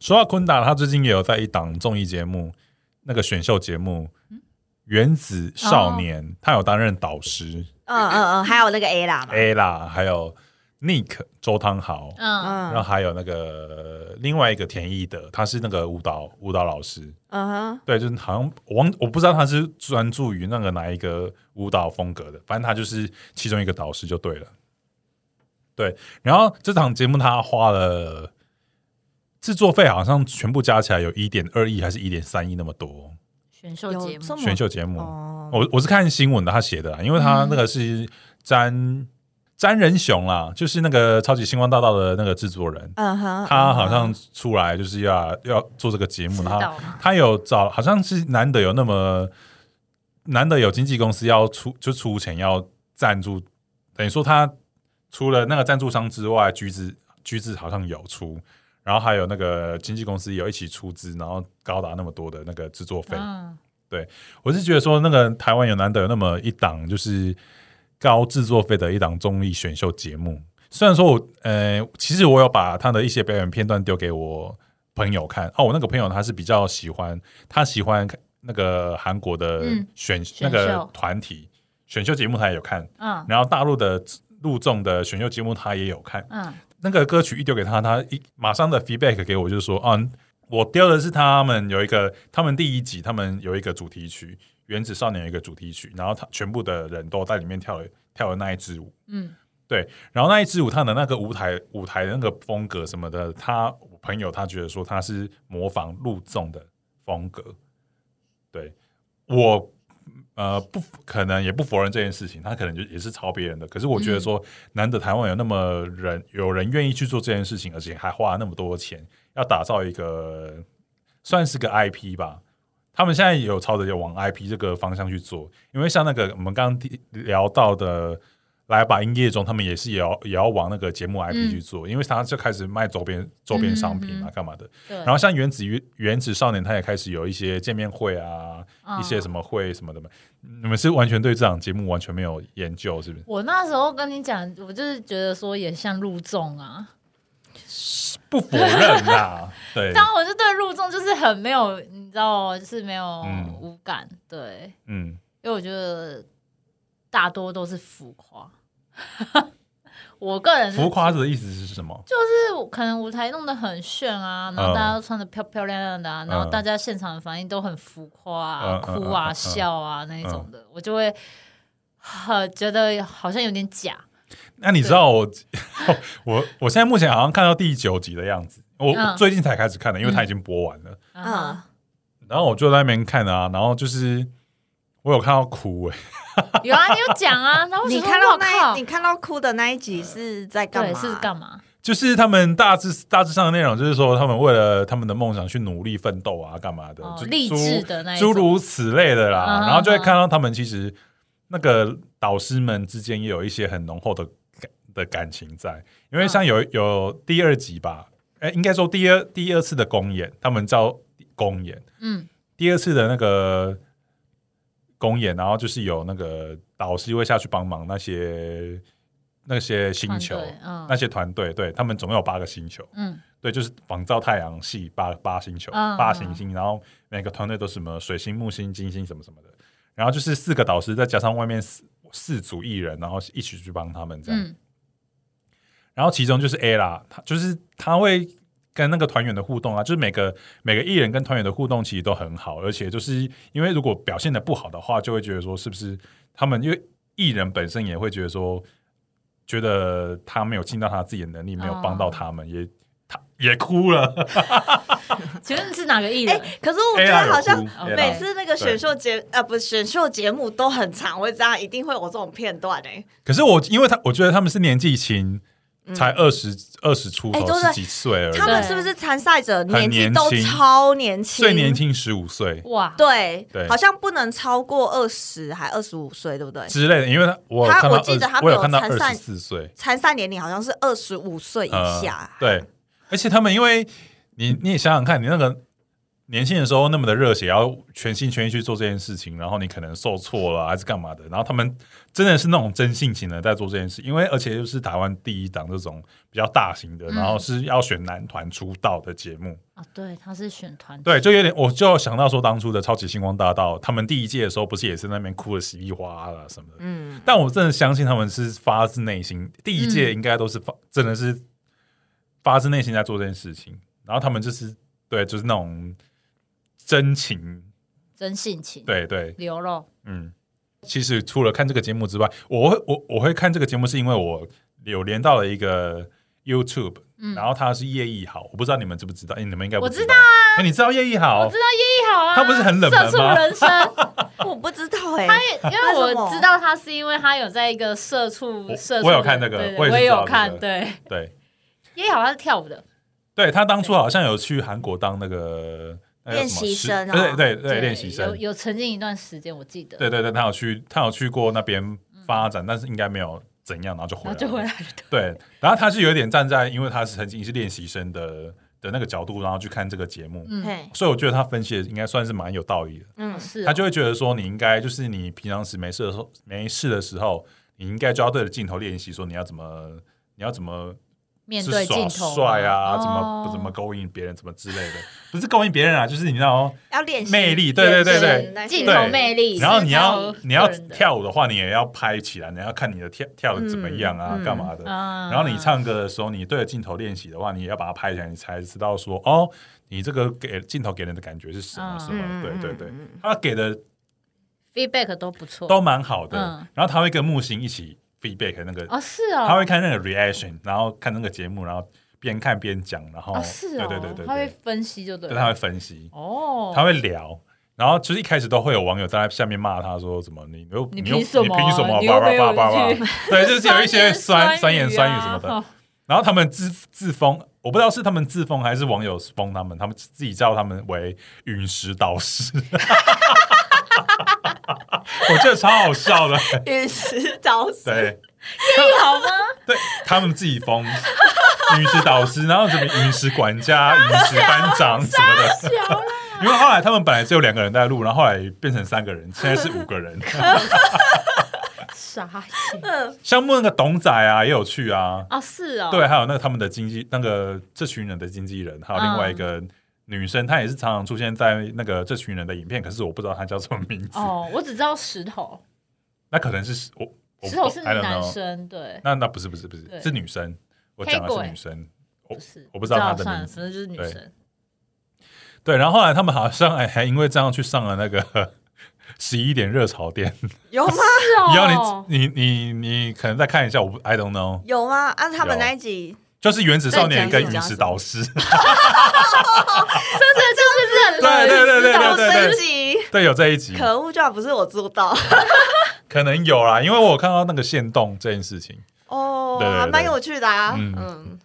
S1: 说到昆达，他最近也有在一档综艺节目，那个选秀节目《原子少年》他有担任导师
S2: 嗯嗯嗯，还有那个 A 啦嘛，
S1: A 啦，还有 Nick 周汤豪，
S3: 嗯，
S1: 然后
S2: 嗯
S1: 还有那个另外一个田一德，他是那个舞蹈舞蹈老师，
S2: 嗯哼，
S1: 对，就是好像我忘我不知道他是专注于那个哪一个舞蹈风格的，反正他就是其中一个导师就对了。对，然后这场节目他花了制作费，好像全部加起来有一点二亿还是一点三亿那么多。
S3: 选秀节目，
S1: 选秀节目，
S2: 哦，
S1: 我我是看新闻的，他写的啦，因为他
S3: 嗯
S1: 那个是詹詹仁雄啦，就是那个超级星光大道的那个制作人，
S2: 嗯哼，
S1: 他好
S2: 嗯
S1: 像
S2: 哼
S1: 出来就是要要做这个节目，
S3: 指
S1: 然后
S3: 导嘛
S1: 他有找，好像是难得有那么难得有经纪公司要出就出钱要赞助，等于说他除了那个赞助商之外，橘子橘子好像有出，然后还有那个经纪公司有一起出资，然后高达那么多的那个制作费。
S3: 嗯，
S1: 我是觉得说，那个台湾有难得有那么一档就是高制作费的一档综艺选秀节目。虽然说我呃，其实我有把他的一些表演片段丢给我朋友看哦，我那个朋友他是比较喜欢，他喜欢那个韩国的
S3: 嗯
S1: 选、那
S3: 选
S1: 个
S3: 秀
S1: 团体选秀节目，他也有看，
S3: 嗯
S1: 然后大陆的陆众的选秀节目他也有看，
S3: 嗯
S1: 那个歌曲一丢给他，他一马上的 feedback 给我，就是说，啊，我丢的是他们有一个，他们第一集他们有一个主题曲《原子少年》有一个主题曲，然后他全部的人都在里面跳了跳了那一支舞，
S3: 嗯，
S1: 对，然后那一支舞他的那个舞台舞台的那个风格什么的，他我朋友他觉得说他是模仿陆纵的风格，对我呃不可能也不否认这件事情，他可能就也是抄别人的，可是我觉得说、难得台湾有那么人有人愿意去做这件事情，而且还花了那么多钱，要打造一个算是个 IP 吧。他们现在也有朝着往 IP 这个方向去做，因为像那个我们刚刚提聊到的来吧营业中，他们也是也要也要往那个节目 IP
S3: 嗯
S1: 去做，因为他就开始卖周边周边商品
S3: 嗯
S1: 啊
S3: 嗯，
S1: 干嘛的。
S3: 对，
S1: 然后像原子原子少年，他也开始有一些见面会啊，
S3: 后
S1: 一些什么会什么的嘛。你们是完全对这档节目完全没有研究，是不是？
S3: 我那时候跟你讲，我就是觉得说也像陆纵啊，
S1: 不否认啦， 对，
S3: 但我就对陆纵就是很没有，你知道，哦就是没有
S1: 嗯
S3: 无感，对，
S1: 嗯，
S3: 因为我觉得大多都是浮夸。 我个人是
S1: 浮夸的意思是什么？
S3: 就是可能舞台弄得很炫啊，然后
S1: 嗯
S3: 大家都穿的漂漂亮亮的、啊，然后
S1: 嗯
S3: 大家现场的反应都很浮夸啊、
S1: 嗯嗯
S3: 哭啊、
S1: 嗯嗯
S3: 笑啊那一种的，我就会很觉得好像有点假。
S1: 那你知道我我 我现在目前好像看到第九集的样子，我
S3: 嗯
S1: 最近才开始看的，因为它已经播完了。
S3: 嗯，
S1: 然后我就在那边看啊，然后就是我有看到哭哎、
S3: 有啊，你有讲 啊，然后我
S2: 你
S3: 想说
S2: 看到
S3: 哇靠
S2: 那一你看到哭的那一集是在干
S3: 对
S2: 嘛？
S3: 是干嘛？
S1: 就是他们大致大致上的内容，就是说他们为了他们的梦想去努力奋斗啊，干嘛的，
S3: 哦
S1: 就，
S3: 励
S1: 诸
S3: 志的那一
S1: 诸
S3: 种，
S1: 如此类的啦。
S3: 嗯
S1: 然后就会看到他们其实那个导师们之间也有一些很浓厚的感的感情在，因为像有
S3: 嗯
S1: 有第二集吧，哎、应该说第二第二次的公演，他们叫公演，
S3: 嗯
S1: 第二次的那个公演，然后就是有那个导师会下去帮忙那些那些星球。
S3: 团队嗯
S1: 那些团队，对他们总共有八个星球，
S3: 嗯
S1: 对，就是仿照太阳系八八星球、
S3: 嗯
S1: 八行星，然后每个团队都是什么水星、木星、金星什么什么的，然后就是四个导师，再加上外面四四组艺人，然后一起去帮他们这样。
S3: 嗯
S1: 然后其中就是 A 啦，他就是他会跟那个团员的互动啊，就是每个每个艺人跟团员的互动其实都很好，而且就是因为如果表现的不好的话，就会觉得说是不是他们因为艺人本身也会觉得说，觉得他没有尽到他自己的能力，没有帮
S3: 嗯
S1: 到他们，也他也哭了。
S3: 请问是哪个艺
S2: 哎、
S3: 人？
S2: 可是我觉
S1: A 啦有
S2: 得好像
S1: 哭 A 啦
S2: 哦每次那个选秀节呃，不是选秀节目都很长，会这样，一定会有这种片段哎、
S1: 可是我因为他我觉得他们是年纪轻，才二十二十出
S2: 哎
S1: 头
S2: 对
S1: 十几岁而
S2: 他
S1: 已，
S2: 们是不是参赛者年纪都
S1: 很年轻
S2: 超年轻？
S1: 最年轻十五岁。
S3: 哇，
S2: 对，
S1: 对
S2: 好像不能超过二十还二十五岁，对不对？
S1: 之类的，因为他我有
S2: 他
S1: 看到
S2: 我记得他
S1: 20
S2: 们
S1: 我
S2: 有
S1: 有看到
S2: 参
S1: 二
S2: 赛
S1: 十四岁
S2: 参赛年龄好像是二十五岁以
S1: 呃
S2: 下。
S1: 对，而且他们因为你你也想想看，你那个年轻的时候那么的热血，然后全心全意去做这件事情，然后你可能受挫了还是干嘛的，然后他们真的是那种真性情的在做这件事，因为而且又是台湾第一档这种比较大型的，
S3: 嗯
S1: 然后是要选男团出道的节目，
S3: 啊，对，他是选团体，
S1: 对，就有点我就想到说当初的超级星光大道，他们第一届的时候不是也是那边哭的稀里哗啦啦啊什么的，
S2: 嗯，
S1: 但我真的相信他们是发自内心，第一
S3: 嗯
S1: 届应该都是发，真的是发自内心在做这件事情。然后他们就是对，就是那种真情，
S3: 真性情，
S1: 对对，
S3: 流露，
S1: 嗯。其实除了看这个节目之外，我会我我会看这个节目，是因为我有连到了一个 YouTube，、
S3: 嗯
S1: 然后他是叶一豪，我不知道你们知不知道，哎、你们应该不
S3: 我知
S1: 道啊，哎、你知道叶一豪
S3: 我知道叶一豪啊，
S1: 他不是很冷门吗
S3: 社畜人生，
S2: 我不知道哎、
S3: 他也 因为
S2: 为什
S3: 我
S2: 么
S3: 知道他是因为他有在一个社畜
S1: 我
S3: 社畜的，
S1: 我有看那个
S3: 对对
S1: 我
S3: 我
S1: 也是
S3: 也
S1: 知道
S3: 有看，
S1: 这个
S3: 对，
S1: 对，
S3: 叶一豪他是跳舞的，
S1: 对他当初好像有去韩国当那个那个叫什么
S2: 练习生
S1: 实
S2: 哦
S1: 对对对练习生
S3: 啊有，有曾经一段时间我记得，
S1: 对对对，他有去他有去过那边发展，但是应该没有怎样，然后就回
S3: 嗯然
S1: 来
S3: 后就回
S1: 了。
S3: 来 了，
S1: 对，然后他是有点站在，因为他是曾经是练习生的的那个角度，然后去看这个节目，
S3: 嗯，
S2: 嘿，
S1: 所以我觉得他分析的应该算是蛮有道理的。
S2: 嗯，
S3: 是哦
S1: 他就会觉得说，你应该就是你平常时没事的时候，没事的时候，你应该就要对着镜头练习，说你要怎么你要怎么
S3: 面
S1: 是
S3: 对
S1: 耍
S3: 镜头
S1: 帅啊，
S3: 哦
S1: 怎么怎么勾引别人，怎么之类的，不是勾引别人啊，就是你知道哦，
S2: 要练习
S1: 魅力对对对对
S2: 眼神那些
S3: 镜头魅力，
S1: 然后你
S3: 是
S1: 要
S3: 靠
S1: 你要
S3: 个人的，
S1: 跳舞的话，你也要拍起来，你要看你的跳跳的怎么样啊，
S2: 嗯嗯
S1: 干嘛的。
S3: 嗯
S1: 然后你唱歌的时候，你对着镜头练习的话，你也要把它拍起来，你才知道说哦，你这个给镜头给人的感觉是什么
S3: 嗯
S1: 什么。
S2: 嗯
S1: 对对对，
S2: 嗯
S1: 他给的
S3: feedback 都不错，
S1: 都蛮好
S3: 嗯
S1: 的。然后他会跟木星一起 feedback 那个，
S3: 哦是哦，
S1: 他会看那个 reaction，然后看那个节目，然后边看边讲，然后
S3: 哦是
S1: 对
S3: 哦，
S1: 对对对，
S3: 他会
S1: 对
S3: 分析就对
S1: 对
S3: 了，
S1: 他会分析。
S3: 哦，
S1: 他会聊，然后就是一开始都会有网友在下面骂他说什么你又
S3: 你
S1: 又
S3: 凭什么啊
S1: 你凭什么
S3: 你又
S1: 叭
S3: 没
S1: 叭叭
S3: 有
S1: 叭
S3: 去
S1: 叭， 对，就是有一些酸酸言
S3: 言
S1: 酸
S3: 语
S1: 语
S3: 啊
S1: 什么的。
S3: 哦
S1: 然后他们自自封，我不知道是他们自封还是网友封他们，他们自己叫他们为陨石导师。 我觉得超好笑的，
S2: 陨石导师，
S1: 啊对
S3: 好吗？
S1: 对，他们自己 封陨石导师，然后什么陨石管 家、陨石班长什么的，
S3: 小啦
S1: 因为后来他们本来只有两个人在录，然后后来变成三个人，现在是五个 人。
S3: 傻 眼
S2: 嗯，
S1: 像那个董仔啊，也有去啊，
S3: 哦是哦，
S1: 对，还有那个他们的经纪，那个这群人的经纪人，还有另外一个女生，她也是常常出现在那个这群人的影片，可是我不知道她叫什么名字，
S3: 哦，我只知道石头，
S1: 那可能是我我
S3: 石头是
S1: I don't
S3: 男
S1: know，
S3: 生，对，
S1: 那那不是不是不
S3: 对
S1: 是是女生，我讲的
S3: 黑
S1: 是
S3: 鬼
S1: 女生，
S3: 不是，
S1: 我不知道她的
S3: 算了
S1: 名字
S3: 反正就是女
S1: 对
S3: 生。
S1: 对，然后后来他们好像还还因为这样去上了那个 十一点热潮店，
S2: 有吗？
S3: 是哦，
S1: 然后你你你你可能再看一下，我不 I don't know。
S2: 有吗？按他们
S1: 有
S2: 那一集，
S1: 就是原子少年
S2: 在
S1: 跟
S2: 讲什么
S1: 陨石导师，
S3: 真的就是
S1: 对对对对对
S2: 导
S1: 对嗯
S2: 师集，
S1: 对，有这一集，
S2: 可恶，居然不是我做到
S1: 可能有啦，因为我有看到那个限动这件事情，
S2: 哦
S1: 对对，对
S2: 还蛮有趣的啊，
S1: 嗯
S2: 嗯，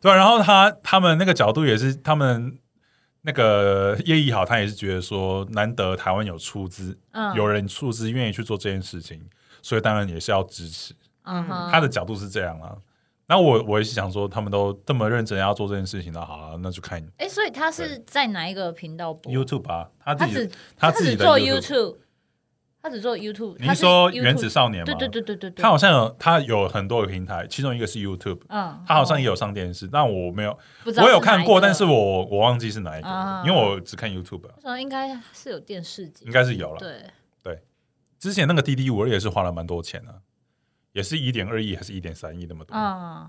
S1: 对啊、然后他他们那个角度也是，他们那个叶一豪他也是觉得说，难得台湾有出资，
S3: 嗯
S1: 有人出资愿意去做这件事情，所以当然也是要支持。
S3: 嗯哼
S1: 他的角度是这样啊。那我我也是想说，他们都这么认真要做这件事情那好啊，那就看
S3: 哎，所以他是在哪一个频道播？
S1: YouTube 吧。他
S3: 他
S1: 自己
S3: 只
S1: 的他自
S3: 只
S1: 己的
S3: 做 YouTube，他只做 YouTube。
S1: 您说原子
S3: 上
S1: 少年吗？
S3: 对对对对对对，
S1: 他好像有他有很多个平台，其中一个是 YouTube，
S3: 嗯，
S1: 他好像也有上电视，但我没有，
S3: 不知道
S1: 我有
S3: 是哪
S1: 看
S3: 一
S1: 过，
S3: 个
S1: 但是我我忘记是哪一个
S3: 啊
S1: 了，因为我只看 YouTube，啊
S3: 我想应该是有电视节
S1: 应，该是有了。
S3: 对，
S1: 之前那个滴滴五二也是花了蛮多钱的，啊也是一点二亿还是一点三亿那么多。
S3: 嗯，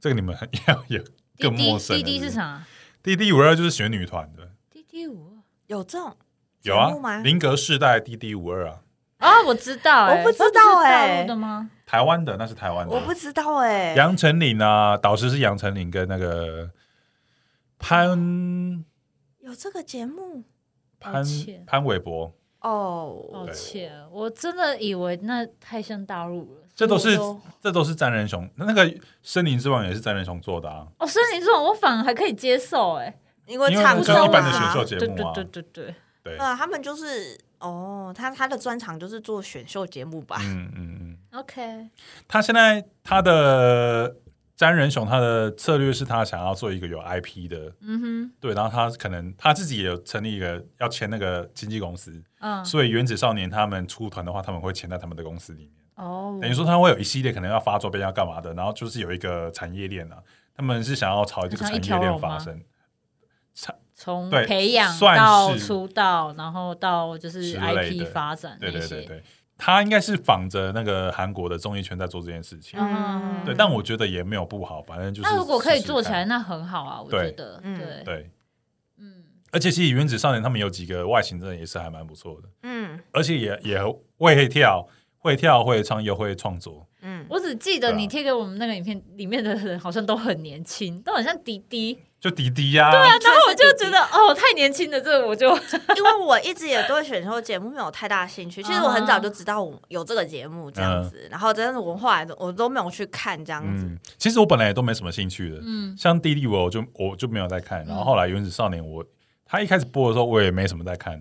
S1: 这个你 们要有
S3: 滴
S1: 更陌
S3: 滴
S1: 生
S3: 滴
S1: 了。
S3: 滴是
S1: 不？
S3: 啥？
S1: 滴滴五二就是选女团的，
S3: 滴滴五
S2: 有这种节
S1: 有啊
S2: 目吗？，
S1: 林格世代滴滴五二啊，
S3: 啊，我知道欸，
S2: 我不知道
S3: 那是大
S2: 欸
S3: 陆的吗？
S1: 台湾的那是台湾的，
S2: 我不知道哎、
S1: 杨丞琳啊，导师是杨丞琳跟那个潘
S2: 有这个节目
S1: 潘
S3: 抱歉
S1: 潘玮柏，
S2: 哦
S3: 抱歉，我真的以为那太像大陆了。
S1: 这都是
S3: 所以我
S1: 这都是詹仁雄，那那个《森林之王》也是詹仁雄做的啊，
S3: 哦，森林这种我反而还可以接受，哎，
S2: 因为
S1: 因为
S2: 唱
S1: 那
S3: 就
S2: 歌
S3: 一般
S2: 嘛
S3: 的
S1: 选秀节
S3: 对
S1: 目啊
S3: 对对对对，
S1: 对，
S2: 呃，他们就是哦，他他的专场就是做选秀节目吧？
S1: 嗯嗯嗯，
S3: OK，
S1: 他现在他的詹仁雄他的策略是他想要做一个有 IP 的，
S3: 嗯
S1: 对，然后他可能他自己也有成立一个要签那个经纪公司，
S3: 哼，嗯，
S1: 所以原子少年他们出团的话，他们会签在他们的公司里面。
S3: 哦，
S1: 等于说他会有一系列可能要发周边要干嘛的，然后就是有一个产业链啊，他们是想要朝这个
S3: 像
S1: 产
S3: 一条
S1: 业链
S3: 龙吗
S1: 发生。产
S3: 从
S1: 对
S3: 培养
S1: 算
S3: 到
S1: 是
S3: 出道，然后到就是
S1: 之类
S3: IP
S1: 的
S3: 发展
S1: 对
S3: 那
S1: 对
S3: 些
S1: 对，对，他应该是仿着那个韩国的综艺圈在做这件事情。
S3: 嗯
S1: 对，但我觉得也没有不好，反正就是
S3: 那如果可以
S1: 试试
S3: 做起来，
S1: 看，
S3: 那很好啊，我觉
S1: 对
S3: 得，
S2: 嗯
S3: 对，
S1: 对。
S3: 嗯，
S1: 而且其实原子少年他们有几个外形真的也是还蛮不错的，
S2: 嗯
S1: 而且也也会跳，会跳会唱又会创作。
S2: 嗯，
S3: 我只记得
S1: 对啊
S3: 你贴给我们那个影片里面的人好像都很年轻，都很像迪迪，
S1: 就迪迪呀、对
S3: 然后我就觉得哦，太年轻了，这个我就
S2: 因为我一直也对选秀节目没有太 大兴趣，其实我很早就知道我有这个节目这样子，然后但是我后来都我都没有去看这样子。
S1: 嗯，其实我本来也都没什么兴趣的，
S3: 嗯
S1: 像《弟弟我》我就我就没有在看，然后后来《原子少年》我他一开始播的时候我也没什么在看，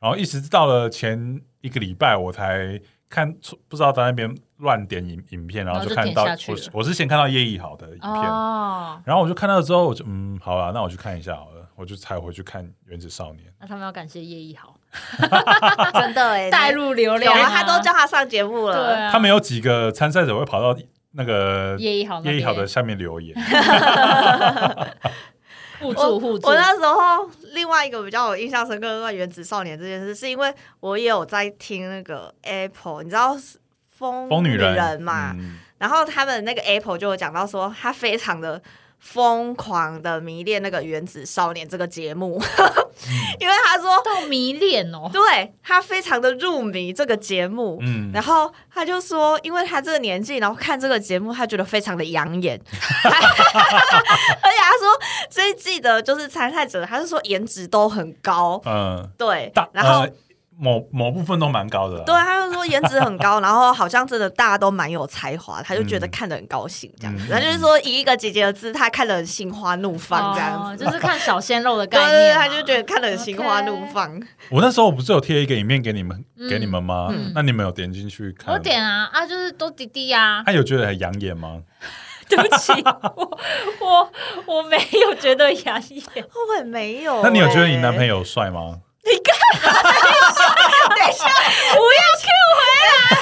S1: 然后一直到了前一个礼拜我才看出，不知道在那边乱点影影片，然后
S3: 然后就
S1: 看到
S3: 点下去
S1: 我
S3: 了
S1: 是我是先看到叶一好的影片，
S3: 哦，
S1: 然后我就看到之后我就嗯好了，那我去看一下好了，我就才回去看《原子少年》。
S3: 那他们要感谢叶一豪
S1: 啊
S2: 真的哎、
S3: 带入流
S2: 有
S3: 量
S2: 啊，
S3: 啊，
S2: 他都叫他上节目
S3: 对
S2: 了。
S3: 啊，
S1: 他们有几个参赛者会跑到那个
S3: 叶一豪那
S1: 叶一好
S3: 边
S1: 的下面留 言，
S3: 互
S2: 我
S3: 助互助
S2: 我，那时候另外一个比较有印象深刻的是《原子少年》这件事，是因为我也有在听那个 Apple，你知道是疯
S1: 疯女人
S2: 人嘛？
S1: 嗯
S2: 然后他们那个 Apple 就有讲到说，他非常的疯狂的迷恋那个《原子少年》这个节目， 因为他说，
S3: 到迷恋哦，
S2: 对他非常的入迷这个节目。
S1: 嗯
S2: 然后他就说，因为他这个年纪，然后看这个节目，他觉得非常的养 眼，而且他说这一季的就是参赛者，他是说颜值都很高，
S1: 嗯，
S2: 对
S1: 大，
S2: 然后、
S1: 呃某某部分都蛮高的啦，
S2: 对，他就说颜值很高， 然后好像真的大家都蛮有才华，他就觉得
S1: 嗯
S2: 看得很高兴这样子。
S1: 嗯
S2: 他就是说以一个姐姐的姿态看得很心花怒放这样
S3: 哦
S2: 子，
S3: 就是看小鲜肉的概
S2: 对
S3: 念
S2: 对对，
S3: 嘛，
S2: 他就觉得看得很心花怒放。
S1: 我那时候不是有贴一个影片给你们、
S3: 嗯
S1: 给你们吗？
S2: 嗯
S1: 那你们有点进去看？
S3: 我点啊啊，就是都滴 滴啊，
S1: 他有觉得很养眼吗？
S3: 对不起，我我我没有觉得牙眼，
S2: 我也没
S3: 哦
S2: 有欸、
S1: 那你有觉得你 男朋友帅吗？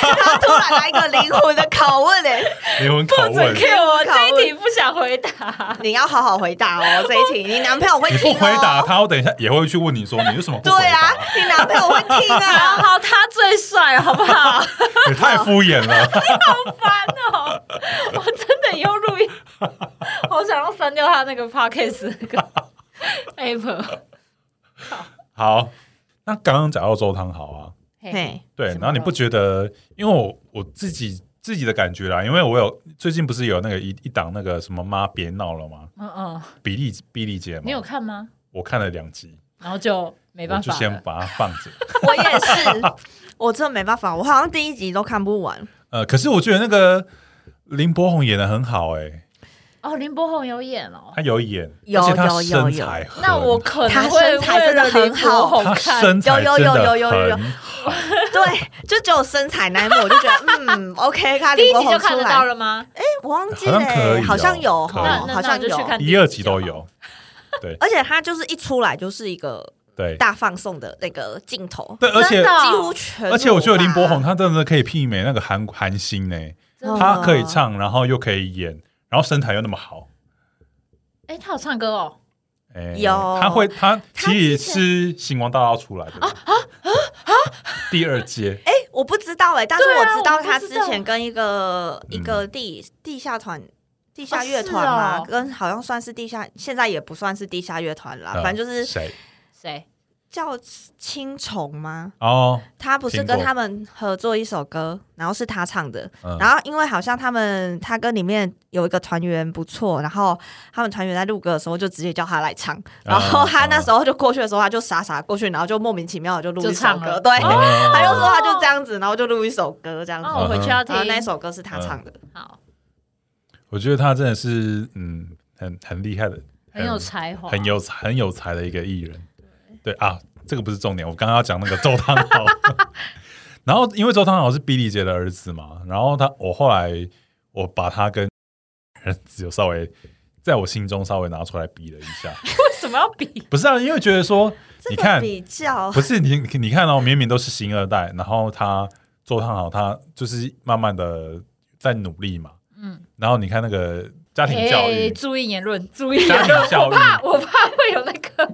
S2: 他突然来一个灵魂的拷问哎、
S1: 灵魂拷
S3: 准
S1: 问，
S3: 给
S2: 拷
S3: 我这
S2: 问
S3: 一题不想回答。
S2: 你要好好回答 哦，这一题你男朋友会
S1: 你
S2: 听、哦、
S1: 不回答 他，我等一下也会去问你说你为什么不
S2: 对
S1: 回
S2: 啊
S1: 答？，
S2: 你男朋友会听
S3: 好
S2: 啊。
S3: 好，他最帅了，好不好？
S1: 你太敷衍 了。
S3: 烦哦，我真的又录音， 好想要删掉他那个 podcast 那 个 app。
S1: 好，那刚刚讲到周汤豪啊，
S3: 嘿，
S1: 对，
S3: 什么
S1: 然后你不觉得？因为我我自己自己的感觉啦，因为我有最近不是有那个一一档那个什么妈别闹了吗？
S3: 嗯嗯，
S1: 比利比利姐吗？
S3: 你有？看吗？
S1: 我看了两集，
S3: 然后就没
S1: 我
S3: 办
S1: 就
S3: 法
S1: 先
S3: 了。
S1: 把它放着。
S2: 我也是，我真的没办法，我好像第一集都看不完。
S1: 呃，可是我觉得那个林柏宏演的很好哎、
S3: 哦，林柏宏有演哦，
S1: 他有演，
S2: 有
S1: 而且他
S2: 有有
S1: 身
S2: 有
S1: 材很
S3: 那我可能
S2: 他
S3: 会
S2: 身材真的很好
S3: 为了林柏宏
S1: 他
S3: 看
S1: 身材
S2: 有
S1: 真
S2: 有
S1: 的
S2: 有有有有
S1: 很好
S2: 对，就只有身材那一幕，我就觉 得嗯，OK，看
S3: 第
S2: 林
S3: 一
S2: 柏
S3: 集
S2: 宏
S3: 就
S2: 出
S3: 看得
S2: 来
S3: 到，了吗？
S2: 我忘记
S1: 好像可以
S2: 嘞，
S1: 哦
S2: 好像有，
S1: 可以
S2: 好
S1: 那
S3: 那
S2: 好像
S3: 那我就去
S2: 有
S3: 看。
S1: 一二集都有，
S2: 而且他就是一出来就是一个
S1: 对
S2: 大放送的那个镜头，
S1: 对，而且
S3: 真的哦
S2: 几乎全裸吧。
S1: 而且我觉得林柏宏他真的可以媲美那个韩韩星呢、
S3: 真的
S1: 他可以唱，然后又可以演，然后身材又那么好，
S3: 哎，他有唱歌哦，
S1: 哎、
S2: 有
S1: 他会他
S2: 他
S1: 其实
S2: 之
S1: 是星光大道出来的第二届，
S2: 哎，我不知道哎、但是
S3: 对啊
S2: 我知道
S3: 我不
S2: 他
S3: 知
S2: 之
S3: 道
S2: 前跟一个一个地地下团。地下乐团嘛，
S3: 啊哦是哦
S2: 跟好像算是地下，现在也不算是地下乐团啦，
S1: 呃
S2: 反正就是
S1: 谁
S3: 谁？
S2: 叫青虫吗？
S1: 哦，
S2: 他不是
S1: 听
S2: 跟
S1: 过
S2: 他们合作一首歌，然后是他唱的，
S1: 嗯
S2: 然后因为好像他们他跟里面有一个团员不错，然后他们团员在录歌的时候就直接叫他来唱，然后他那时候就过去的时候他就傻傻过去，然后就莫名其妙地就录一
S3: 就
S2: 首
S3: 唱
S2: 歌，
S3: 了
S2: 对，
S1: 哦
S2: 他就说他就这样子，然后就录一首歌这样子，
S3: 那哦我回去要听
S2: 然后那一首歌是他唱的，
S3: 好，
S1: 我觉得他真的是嗯，很很厉害的，
S3: 很有才华，
S1: 很有才很有才的一个艺人。对啊，这个不是重点，我刚刚要讲那个周汤豪。 然后因为周汤豪是比利杰的儿子嘛，然后他我后来我把他跟儿子有稍微在我心中稍微拿出来比了一 下，
S3: 为什么要比？
S1: 不是啊，因为觉得说你
S2: 这个
S1: 看
S2: 比
S3: 哦
S2: 较
S1: 不是你你看哦，明明都是星二代，然后他周汤豪他就是慢慢的在努力嘛，
S3: 嗯，
S1: 然后你看那个家庭教育
S3: 哎，注意言论，注意
S1: 家
S3: 言
S1: 庭
S3: 论，
S1: 教育
S3: 我怕我怕会有那个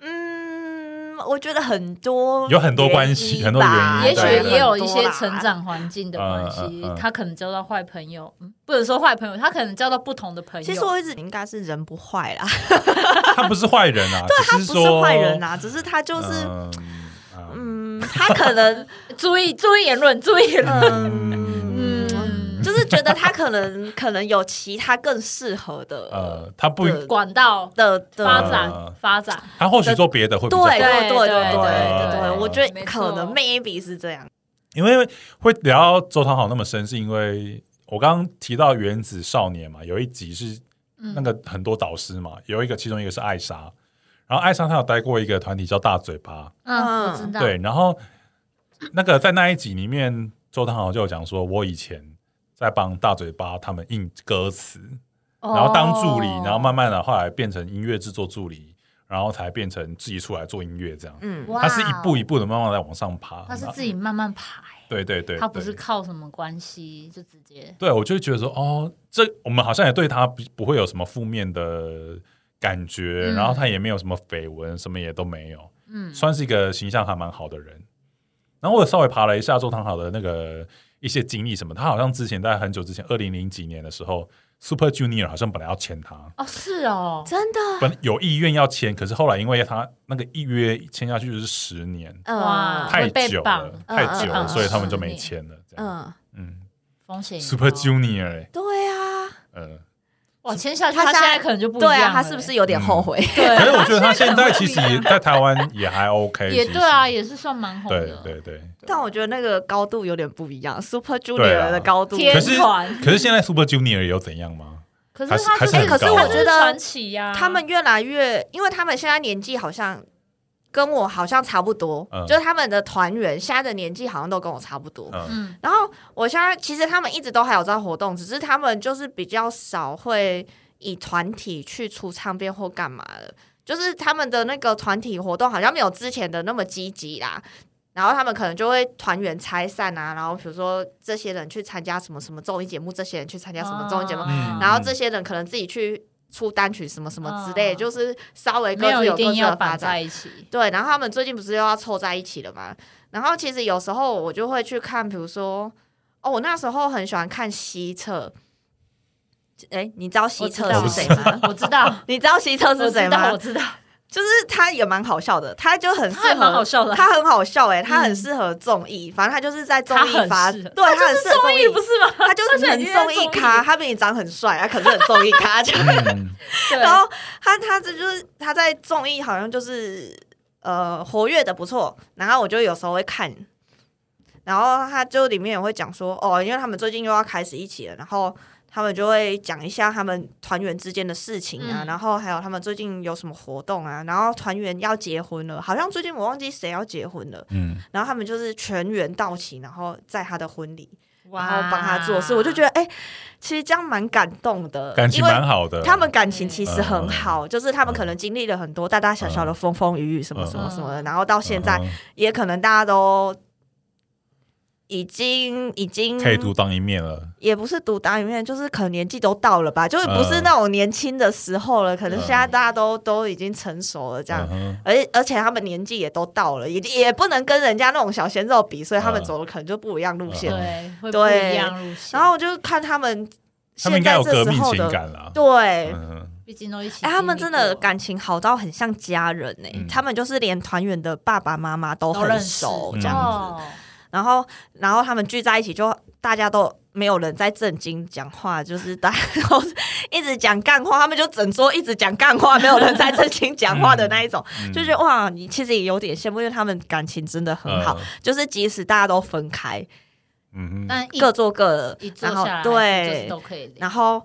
S2: 嗯，我觉得很多
S1: 有很多关系
S2: 吧
S1: 很多原因
S3: 也许
S1: 对
S3: 也有一
S2: 啊很
S3: 些
S2: 多啦
S3: 成长环境的关系
S1: 嗯嗯嗯，
S3: 他可能交到坏朋友，嗯不能说坏朋友，他可能交到不同的朋友。
S2: 其实我一直应该是人不坏啦，
S1: 他不是坏人啊，只
S2: 不
S1: 是
S2: 是
S1: 说
S2: 坏人啊，只是他就是
S1: 嗯啊
S2: 嗯，他可能
S3: 注意注意言论，注意言论。
S2: 嗯，
S3: 嗯，
S2: 就是觉得他可能可能有其他更适合的
S1: 呃，他不，
S2: 对
S3: 管道
S2: 的的
S3: 发
S1: 呃
S3: 展发展，
S1: 他或许做别的会比较
S2: 对
S1: 好，
S2: 对对对
S3: 对
S1: 对
S2: 对
S1: 对
S2: 对，我觉
S3: 没
S2: 得
S3: 错
S2: 可能 maybe 是这样。
S1: 因为会聊到周汤豪那么深，是因为我刚刚提到原子少年嘛，有一集是
S3: 嗯
S1: 那个很多导师
S2: 嗯
S1: 嘛，有一个其中一个是艾莎，然后艾莎她有待过一个团体叫大嘴巴，
S3: 嗯，
S2: 嗯
S3: 我知道，
S1: 对，然后那个在那一集里面，周汤豪就有讲说，我以前在帮大嘴巴他们印歌词，
S3: 哦，
S1: 然后当助理，然后慢慢的后来变成音乐制作助理，然后才变成自己出来做音乐这样。
S2: 嗯，
S3: 哇
S1: 他是一步一步的慢慢地在往上爬，
S3: 他是自己慢慢爬，欸
S1: 对对对，
S3: 他不是
S1: 对。
S3: 靠什么关系就直接
S1: 对，我就觉得说，哦，这我们好像也对他不不会有什么负面的感觉，
S3: 嗯
S1: 然后他也没有什么绯闻，什么也都没有，
S3: 嗯
S1: 算是一个形象还蛮好的人。然后我稍微爬了一下周汤豪的那个一些经历什么，他好像之前在很久之前，二零零几年的时候，Super Junior 好像本来要签他，
S3: 哦是哦，
S2: 真的，
S1: 本有意愿要签，可是后来因为他那个一约签下去就是十年，
S3: 哇
S2: 嗯
S1: 太
S3: 会被
S1: 久
S3: 绑
S1: 了，太久
S2: 嗯嗯
S1: 了，
S2: 嗯
S1: 所以他们就
S3: 十
S1: 没
S3: 年
S1: 签了。这样，
S2: 嗯，
S1: 嗯
S3: 风险也
S1: ，Super
S3: 高
S1: Junior，欸
S2: 对啊，
S1: 嗯，
S3: 哇签下去，
S2: 他
S3: 他现
S2: 现在
S3: 在可能就不一
S2: 对
S3: 样了
S2: 啊，他是不是有点后悔？
S3: 对
S1: 可是我觉得他现在其实也在台湾也还 OK，
S3: 也
S1: 其实
S3: 对啊，，也是算蛮红
S1: 对
S3: 的，
S1: 对对。
S2: 但我觉得那个高度有点不一样，Super
S1: 对啊
S2: Junior 的高度。
S3: 天
S1: 可是
S3: 团，
S1: 可是现在 Super Junior 有怎样吗？
S3: 可是
S1: 还是
S3: 他
S1: 还
S3: 就是
S1: 很
S3: 是，
S1: 可是高
S3: 他
S1: 我
S3: 就
S2: 觉得
S3: 传奇啊呀，
S2: 他们越来越，因为他们现在年纪好像跟我好像差不多，
S1: 嗯
S2: 就是他们的团员现在的年纪好像都跟我差不多。
S1: 嗯，
S3: 嗯
S2: 然后我现在其实他们一直都还有在活动，只是他们就是比较少会以团体去出唱片或干嘛的，就是他们的那个团体活动好像没有之前的那么积极啦。然后他们可能就会团员拆散啊，然后比如说这些人去参加什么什么综艺节目，这些人去参加什么综艺节目，
S3: 啊
S1: 嗯
S2: 然后这些人可能自己去出单曲什么什么之类，
S3: 嗯
S2: 就是稍微各
S3: 没有
S2: 自
S3: 一
S2: 有各
S3: 定
S2: 自
S3: 要
S2: 的发
S3: 绑
S2: 展。
S3: 在一起，
S2: 对，然后他们最近不是又要凑在一起了嘛？然后其实有时候我就会去看，比如说，哦，我那时候很喜欢看西澈。哎，你知道西澈
S3: 我
S1: 知
S2: 是谁吗？
S3: 我知道，
S2: 你知道西澈
S3: 我
S2: 是谁
S3: 知道，
S2: 吗
S3: 我？ 知道，
S2: 就是他也蛮好笑的，他就很适
S3: 他也蛮好
S2: 合，
S3: 笑的啊，
S2: 他很好笑哎，他
S3: 嗯
S2: 很适合综艺，反正他就是在综
S3: 他
S2: 艺
S3: 很
S2: 发，
S3: 适
S2: 对
S3: 合
S2: 他很适合综
S3: 综艺不是吗？
S2: 他就是很综艺咖，他比你长很帅，他可是很综艺咖。这样
S1: 嗯，
S3: 对
S2: 然后他他这就是他在综艺好像就是呃活跃的不错，然后我就有时候会看，然后他就里面也会讲说哦，因为他们最近又要开始一起了，然后他们就会讲一下他们团员之间的事情啊，
S3: 嗯
S2: 然后还有他们最近有什么活动啊，然后团员要结婚了，好像最近我忘记谁要结婚了，
S1: 嗯，
S2: 然后他们就是全员到齐，然后在他的婚礼。
S3: 哇
S2: 然后帮他做事，我就觉得哎、其实这样蛮感动的，
S1: 感情
S2: 因为
S1: 蛮好的。
S2: 他们感情其实很
S1: 嗯
S2: 好，就是他们可能经历了很多大大小小的风风雨雨，什么什么什么的，然后到现在
S1: 嗯
S2: 也可能大家都已经已经
S1: 可以独当一面了。
S2: 也不是独当一面，就是可能年纪都到了吧，就是不
S1: 嗯
S2: 是那种年轻的时候了，可能现在大家都都已经成熟了这样
S1: 嗯，哼
S2: 而且而且他们年纪也都到了，也也不能跟人家那种小鲜肉比，所以他们
S1: 嗯
S2: 走的可能就不一样路线。
S3: 对，会不
S2: 对
S3: 一样路线。
S2: 然后我就看他们
S1: 他们
S2: 现
S1: 应该
S2: 在
S1: 有革
S2: 这时
S1: 命
S2: 候
S1: 情
S2: 的，
S1: 感啦。
S2: 对，
S1: 嗯，
S3: 毕竟都一起经历过，
S2: 哎、他们真的感情好到很像家人呢、
S1: 嗯
S2: 他们就是连团员的爸爸妈妈都
S3: 都
S2: 很
S3: 认识
S2: 熟
S1: 嗯
S2: 这样子，
S3: 哦
S2: 然后然后他们聚在一起就，大家都没有人在正经讲话，就是大家都 一直讲干话，他们就整桌一直讲干话，没有人在正经讲话的那一种，
S1: 嗯
S2: 就觉得哇，你其实也有点羡慕，因为他们感情真的很好，，
S1: 嗯
S2: 就是即使大家都分开，
S1: 嗯嗯哼，
S3: 但一
S2: 各做各的
S3: 一，坐
S2: 然
S3: 下
S2: 后
S3: 来就是
S2: 对，
S3: 都可以聊，
S2: 然后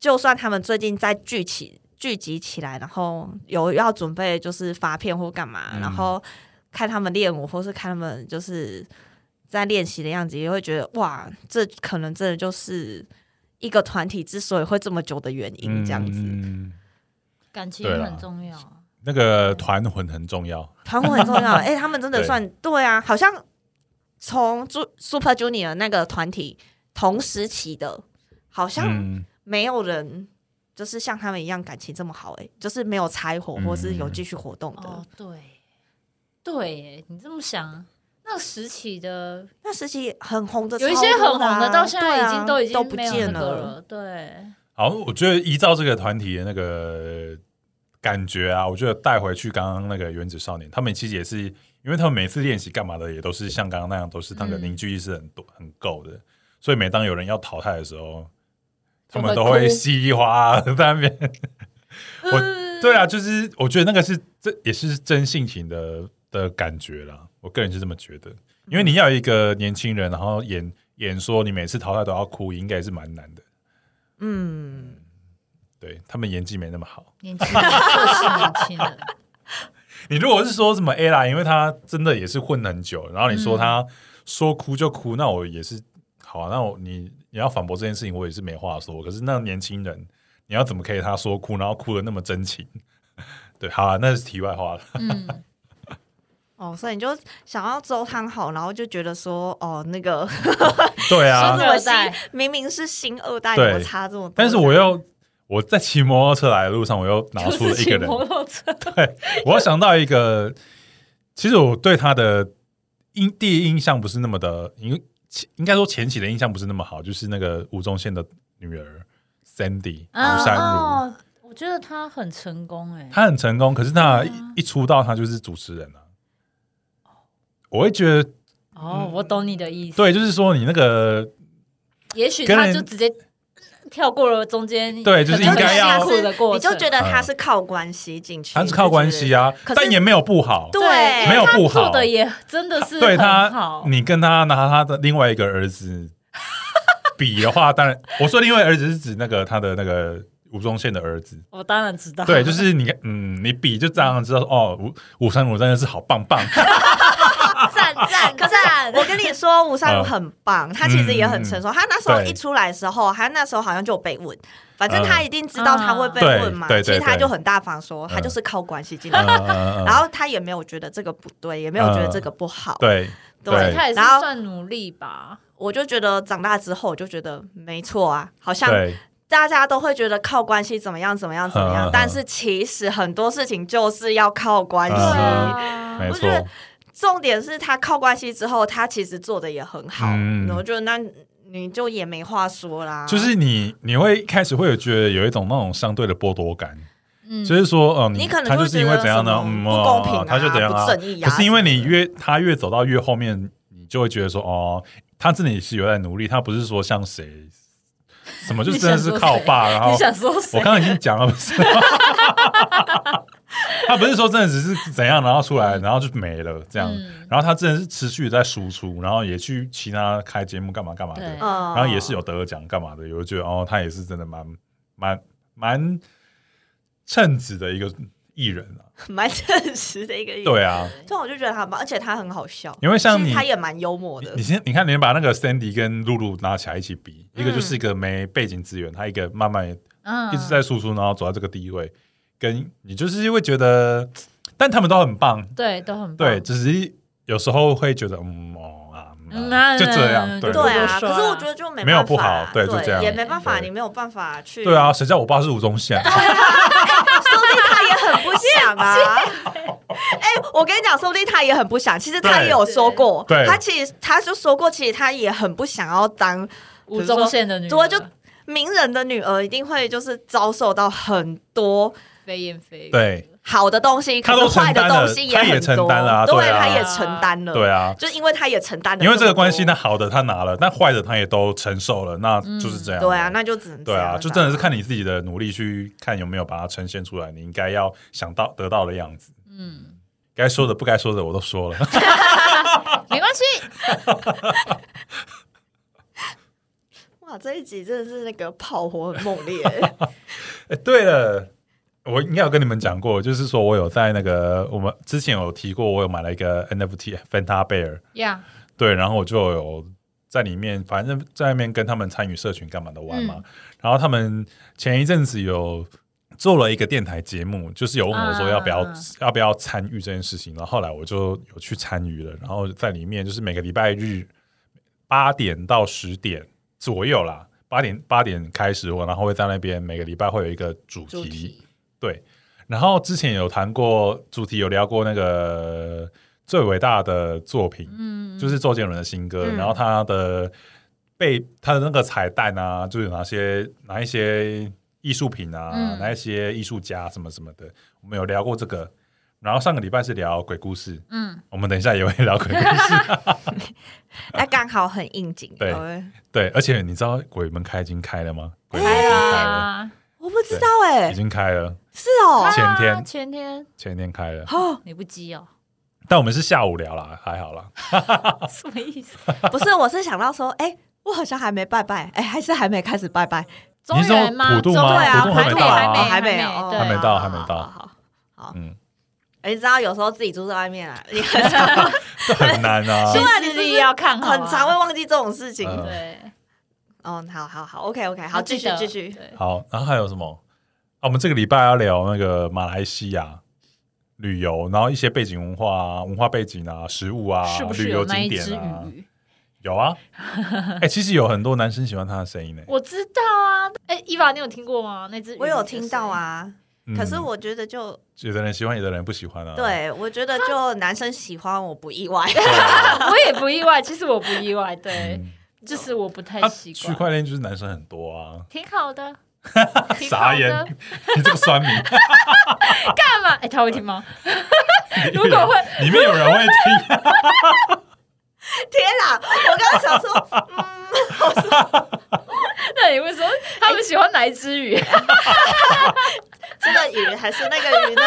S2: 就算他们最近在聚起聚集起来，然后有要准备就是发片或干嘛，
S1: 嗯
S2: 然后看他们练舞，或是看他们就是在练习的样子，也会觉得哇，这可能真的就是一个团体之所以会这么久的原因，这样子。
S1: 嗯
S3: 感情
S1: 对啦
S3: 很重要。
S1: 那个团魂很重要。
S2: 团伙很重 要，哎、他们真的
S1: 对
S2: 算对啊，好像从 Ju- Super Junior 那个团体同时期的，好像
S1: 嗯，
S2: 没有人就是像他们一样感情这么好、哎，就是没有拆伙
S1: 嗯
S2: 或是有继续活动的。
S3: 哦，对，对耶，你这么想，那个时期的
S2: 那时期很红的、
S3: 有一些很红的，到现在已
S2: 对
S3: 经
S2: 啊
S3: 都
S2: 都
S3: 已经
S2: 不
S3: 没有
S2: 见
S3: 那个。了。对，
S1: 好，我觉得依照这个团体的那个感觉啊，我觉得带回去刚刚那个原子少年，他们其实也是，因为他们每次练习干嘛的，也都是像刚刚那样，都是那个
S3: 嗯
S1: 凝聚力是很多、很够的，所以每当有人要淘汰的时候，他
S3: 就
S1: 们
S3: 会
S1: 都
S3: 哭
S1: 会稀里哗啦地在那边。我对啊，就是我觉得那个是这也是真性情的的感觉啦，我个人是这么觉得，因为你要有一个年轻人，然后演演说你每次淘汰都要哭，应该也是蛮难的。
S2: 嗯，
S1: 对他们演技没那么好。
S3: 年轻人就是年轻 人，
S1: 你如果是说什么 A 啦，因为他真的也是混很久，然后你
S3: 嗯
S1: 说他说哭就哭，那我也是好啊。那我你你要反驳这件事情，我也是没话说。可是那年轻人，你要怎么可以他说哭，然后哭的那么真情？ 对，好啊，那是题外话了。
S3: 嗯，
S2: 哦，所以你就想要周汤好，然后就觉得说，哦，那 个
S1: 对
S3: 说
S1: 啊
S2: 什
S3: 真，的
S2: 么
S3: 二代
S2: 新明明是新二代，怎
S1: 对
S2: 么差这么多？
S1: 但是我又我在骑摩托车来的路上，我又拿
S3: 就
S1: 出了
S3: 是
S1: 一个
S3: 骑
S1: 人，
S3: 摩托 车，
S1: 我要想到一个，其实我对他的印第一印象不是那么的，因为其应该说前期的印象不是那么好，就是那个吴宗宪的女儿 Sandy 吴珊如，
S3: 哦，我觉得他很成功哎，
S1: 她很成功，可是她
S3: 啊
S1: 一出道她就是主持人啊。我会觉得，
S3: 哦，我懂你的意思。
S1: 对，就是说你那个
S3: 也许
S1: 跟
S3: 他
S1: 人
S3: 就直接跳过了中间，
S1: 对就是
S3: 可能
S1: 应该要
S3: 辛苦的过
S2: 你就
S3: 程，
S2: 觉得他是靠关系进去，
S1: 她是靠关系
S2: 啊，
S1: 啊，
S2: 可是
S1: 但也没有不好。
S2: 对
S3: 对，
S1: 没有不好
S3: 他做的也真的是
S1: 对
S3: 很
S1: 他嗯
S3: 好，，
S1: 你跟他拿他的另外一个儿 子比的话，当然，我说另外一个儿子是指那个他的那个吴宗宪的儿子。
S3: 我当 然知道，
S1: 对，就是你看，嗯，你比就这样知道哦，五五三五真的是好棒 棒，
S3: 赞赞
S2: 可是
S3: 赞，
S2: 我跟你说，吴三如很棒，他其实也很
S1: 嗯
S2: 成熟。他那时候
S1: 对
S2: 一出来的时候，他那时候好像就有被问，反正
S1: 嗯
S2: 他一定知道他会被问嘛
S1: 啊。对对
S2: 其实他
S1: 对对嗯
S2: 就很大方说，他就是靠关系
S1: 呃
S2: 进来的。然
S1: 然
S2: 后他也没有觉得这个不对，也没有觉得这个不好。
S1: 对
S3: 而且
S1: 嗯对
S3: 他也是
S2: 然后
S3: 算努力吧，
S2: 我就觉得长大之后，我就觉得没错啊，好像
S1: 对，
S2: 大家都会觉得靠关系怎么样怎么样怎么
S1: 嗯
S2: 样
S1: 嗯，嗯
S2: 但是其实很多事情就是要靠关
S1: 嗯对
S2: 系
S1: 啊。
S3: 啊，
S1: 没
S2: 我
S1: 错
S2: 觉，得重点是他靠关系之后，他其实做的也很好，
S1: 嗯
S2: 我觉得那你就也没话说啦。
S1: 就是你你会一开始会有觉得有一种那种相对的剥夺感，
S3: 嗯，
S1: 就是说，嗯，
S2: 你可能
S1: 他
S2: 就
S1: 就
S2: 会
S1: 是因为
S2: 觉得
S1: 怎样呢？
S2: 什
S1: 嗯，
S2: 么不公平啊
S1: 他就怎样啊？
S2: 不正义啊
S1: 可是因为你
S2: 什么
S1: 越他越走到越后面，你就会觉得说，哦，他真的也是有在努力，他不是说像谁什么，就真的是靠爸。然后
S3: 你想说 谁
S1: 我？刚刚已经讲了，不是吗？他不是说真的只是怎样，然后出来，然后就没了这样。
S3: 嗯
S1: 然后他真的是持续地在输出，然后也去其他开节目干嘛干嘛的
S3: 对。
S2: 嗯，
S1: 然后也是有得奖干嘛的，有觉得哦，他也是真的蛮蛮蛮称职的一个艺人啊。
S2: 蛮真实的一个意思。
S1: 对啊，
S2: 这种我就觉得他蛮，而且他很好笑，
S1: 因为像
S2: 其
S1: 你
S2: 实，他也蛮幽默
S1: 你
S2: 的
S1: 你。先你看，你把那个 Sandy 跟露露拿起来一起比，一个就是一个没背景资源，他一个慢慢
S3: 嗯
S1: 一直在输出，然后走到这个地位，跟你就是会觉得，但他们都很棒，
S3: 对，都很棒
S1: 对，只是有时候会觉得嗯哦啊，嗯人啊，就这样，对
S3: 对
S2: 对啊，
S3: 就
S2: 可
S3: 说
S2: 是我
S3: 啊
S2: 觉得就没
S1: 没有
S2: 办
S1: 不
S2: 法
S1: 好对就这样
S2: 也没办法，
S1: 对
S2: 你没有办法去
S1: 对，啊，谁叫我爸是吴宗宪？
S2: 说不定他也很不 想啊。哎，我跟你讲，说不定他也很不想。其实他
S1: 对
S2: 也有说过
S1: 对，
S2: 他其实他就说过，其实他也很不想要当
S3: 吴宗宪的女儿，
S2: 对就名人的女儿，一定会就是遭受到很多
S3: 飞燕飞，
S1: 对
S2: 好的东西，
S1: 他
S2: 可
S1: 都
S2: 是坏的东西
S1: 承担了他也
S2: 很
S1: 承
S2: 多，
S1: 担了啊对
S2: 对，
S1: 啊
S2: 他也承担了，
S1: 对啊，
S2: 就因为他也承担了，
S1: 因为这个关系，那，好的他拿了，那坏的他也都承受了，那就是这样。
S2: 对啊，那就只能
S1: 嗯
S2: 这
S1: 对
S2: 样
S1: 啊，
S2: 了
S1: 就真的是看你自己的努力去看有没有把它呈现出来，你应该要想到得到的样子。
S3: 嗯，
S1: 该说的不该说的我都说了，
S3: 没关系，
S2: 哇，这一集真的是那个炮火很猛 烈，
S1: 哎，对了，我应该有跟你们讲过，就是说我有在那个我们之前有提过，我有买了一个 NFT Fanta Bear，
S3: 呀，
S1: 对，然后我就有在里面，反正在那边跟他们参与社群干嘛的玩嘛。
S3: 嗯
S1: 然后他们前一阵子有做了一个电台节目，就是有问我说
S3: 啊
S1: 要不要、要不要参与这件事情，然后后来我就有去参与了，然后在里面就是每个礼拜日八点到十点左右啦。八点八点开始，我然后会在那边每个礼拜会有一个
S3: 主题
S1: 对，然后之前有谈过主题，有聊过那个最伟大的作品，嗯，就是周杰伦的新歌，
S2: 嗯
S1: 然后他的被他的那个彩蛋啊，就是有哪些哪一些艺术品啊，
S3: 嗯
S1: 哪一些艺术家什么什么的，我们有聊过这个。然后上个礼拜是聊鬼故事，
S3: 嗯，
S1: 我们等一下也会聊鬼故事。
S2: 那刚好很应景，
S1: 对对，而且你知道鬼门开已经开了吗？鬼门
S2: 开
S1: 已
S2: 了
S1: 经开了，
S3: 啊，
S2: 我不知道哎
S1: 已，经开了，
S2: 是哦，
S1: 前天
S3: 啊前天
S1: 前天开了。
S2: 哦，
S3: 你不 急哦，
S1: 但我们是下午聊啦，还好啦。
S3: 什么意思？
S2: 不是，我是想到说，哎，我好像还没拜拜，哎，还是还没开始拜拜，
S3: 中
S1: 你是说
S3: 原吗？
S1: 普渡
S3: 中
S1: 吗
S2: 对啊，
S1: 普渡
S2: 还
S1: 还
S2: 没
S1: 没到啊
S2: 还
S3: 还
S2: 没哦
S3: 没
S2: 有，
S3: 对
S1: 还没到还没到
S2: 好，好好
S1: 嗯，
S2: 哎，你知道有时候自己住在外面啊，你很
S1: 这很难啊。
S3: 对
S2: 啊
S3: 啊，
S2: 你
S3: 你
S2: 是不
S3: 自
S2: 是
S3: 己要看好啊，
S2: 很常会忘记这种事情。
S1: 嗯
S3: 对，
S2: 哦，好好好，OK OK，好，
S3: 要
S2: 继
S3: 记
S2: 续
S3: 得
S2: 继续。
S3: 对
S1: 好，然后还有什么？啊，我们这个礼拜要聊那个马来西亚旅游，然后一些背景文化啊、文化背景啊、食物啊、
S3: 是不是
S1: 旅
S3: 有
S1: 游
S3: 那一
S1: 景
S3: 只
S1: 点啊，
S3: 鱼？
S1: 有啊。哎、其实有很多男生喜欢他的声音呢、
S3: 我知道啊，哎，伊娃，你有听过吗？那只鱼
S2: 我有听到，啊，
S1: 嗯
S2: 可是我觉得就
S1: 有的人喜欢，有的人不喜欢啊。
S3: 哎
S2: 对我觉得
S3: 啊
S2: 就男生喜欢我不意外，
S1: 对啊。
S3: 我也不意外，其实我不意外，对，
S1: 嗯
S3: 就是我不太
S1: 啊，
S3: 习
S1: 区
S3: 惯，
S1: 块链就是男生很多啊，
S3: 挺 好的。挺好
S1: 傻
S3: 的
S1: 眼！你这个酸民，
S3: 干嘛？哎，他会听吗？
S1: 你
S3: 如果会
S1: 里面有人会听，
S2: 天哪！我刚刚想说，
S3: 那你会说他们喜欢哪一只鱼？
S2: 这个鱼还是那个鱼呢？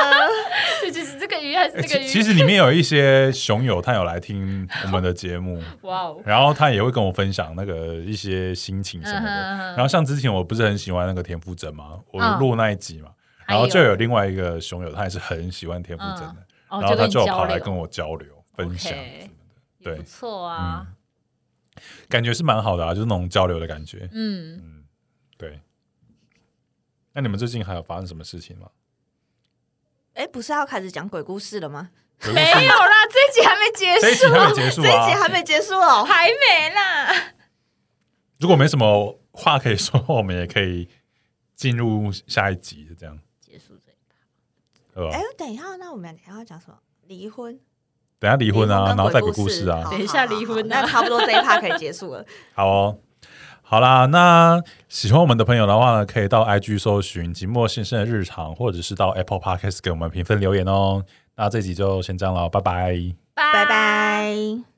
S3: 就就是 这个鱼还是
S1: 哎
S3: 那个
S1: 其
S3: 鱼？
S1: 其实里面有一些熊友，他有来听我们的节目，
S3: 哇哦，
S1: 然后他也会跟我分享那个一些心情什么的。
S3: 嗯哼嗯哼
S1: 然后像之前我不是很喜欢那个田馥甄嘛，我
S3: 嗯
S1: 录那一集嘛，
S3: 还
S1: 然
S3: 有
S1: 后就有另外一个熊友，他也是很喜欢田馥甄的，
S3: 哦
S1: 然后他
S3: 跟你
S1: 就有
S3: 交
S1: 跑来
S3: 流，
S1: 跟我交流分享
S3: OK
S1: 什么的，对
S3: 也不错啊，
S1: 感觉是蛮好的啊，就是那种交流的感觉。
S3: 嗯，
S1: 嗯，对。那你们最近还有发生什么事情吗？
S2: 哎，不是要开始讲鬼故事了吗？
S1: 鬼故
S3: 嗯没啊
S1: 事
S3: 有啦，这一集还没结
S1: 这一集
S3: 束，
S1: 还没结束
S2: 这一集
S1: 啊！
S2: 还没结束哦。
S3: 还没啦，
S1: 如果没什么话可以说，我们也可以进入下一集，这样
S3: 结束这一集
S1: 对吧
S2: 哎？，等一下，那我们等一下要讲什么？离婚，
S1: 等一下离婚啊，
S2: 跟
S1: 然后再鬼
S2: 故
S1: 故事啊
S2: 好，
S3: 等一下离婚啊
S2: 好好好那差不多这一趴可以结束 了。
S1: 好哦，好啦，那喜欢我们的朋友的话呢，可以到 IG 搜寻“寂寞先生的日常”，或者是到 Apple Podcast 给我们评分留言哦。那这集就先这样了，拜拜。
S2: 拜。拜。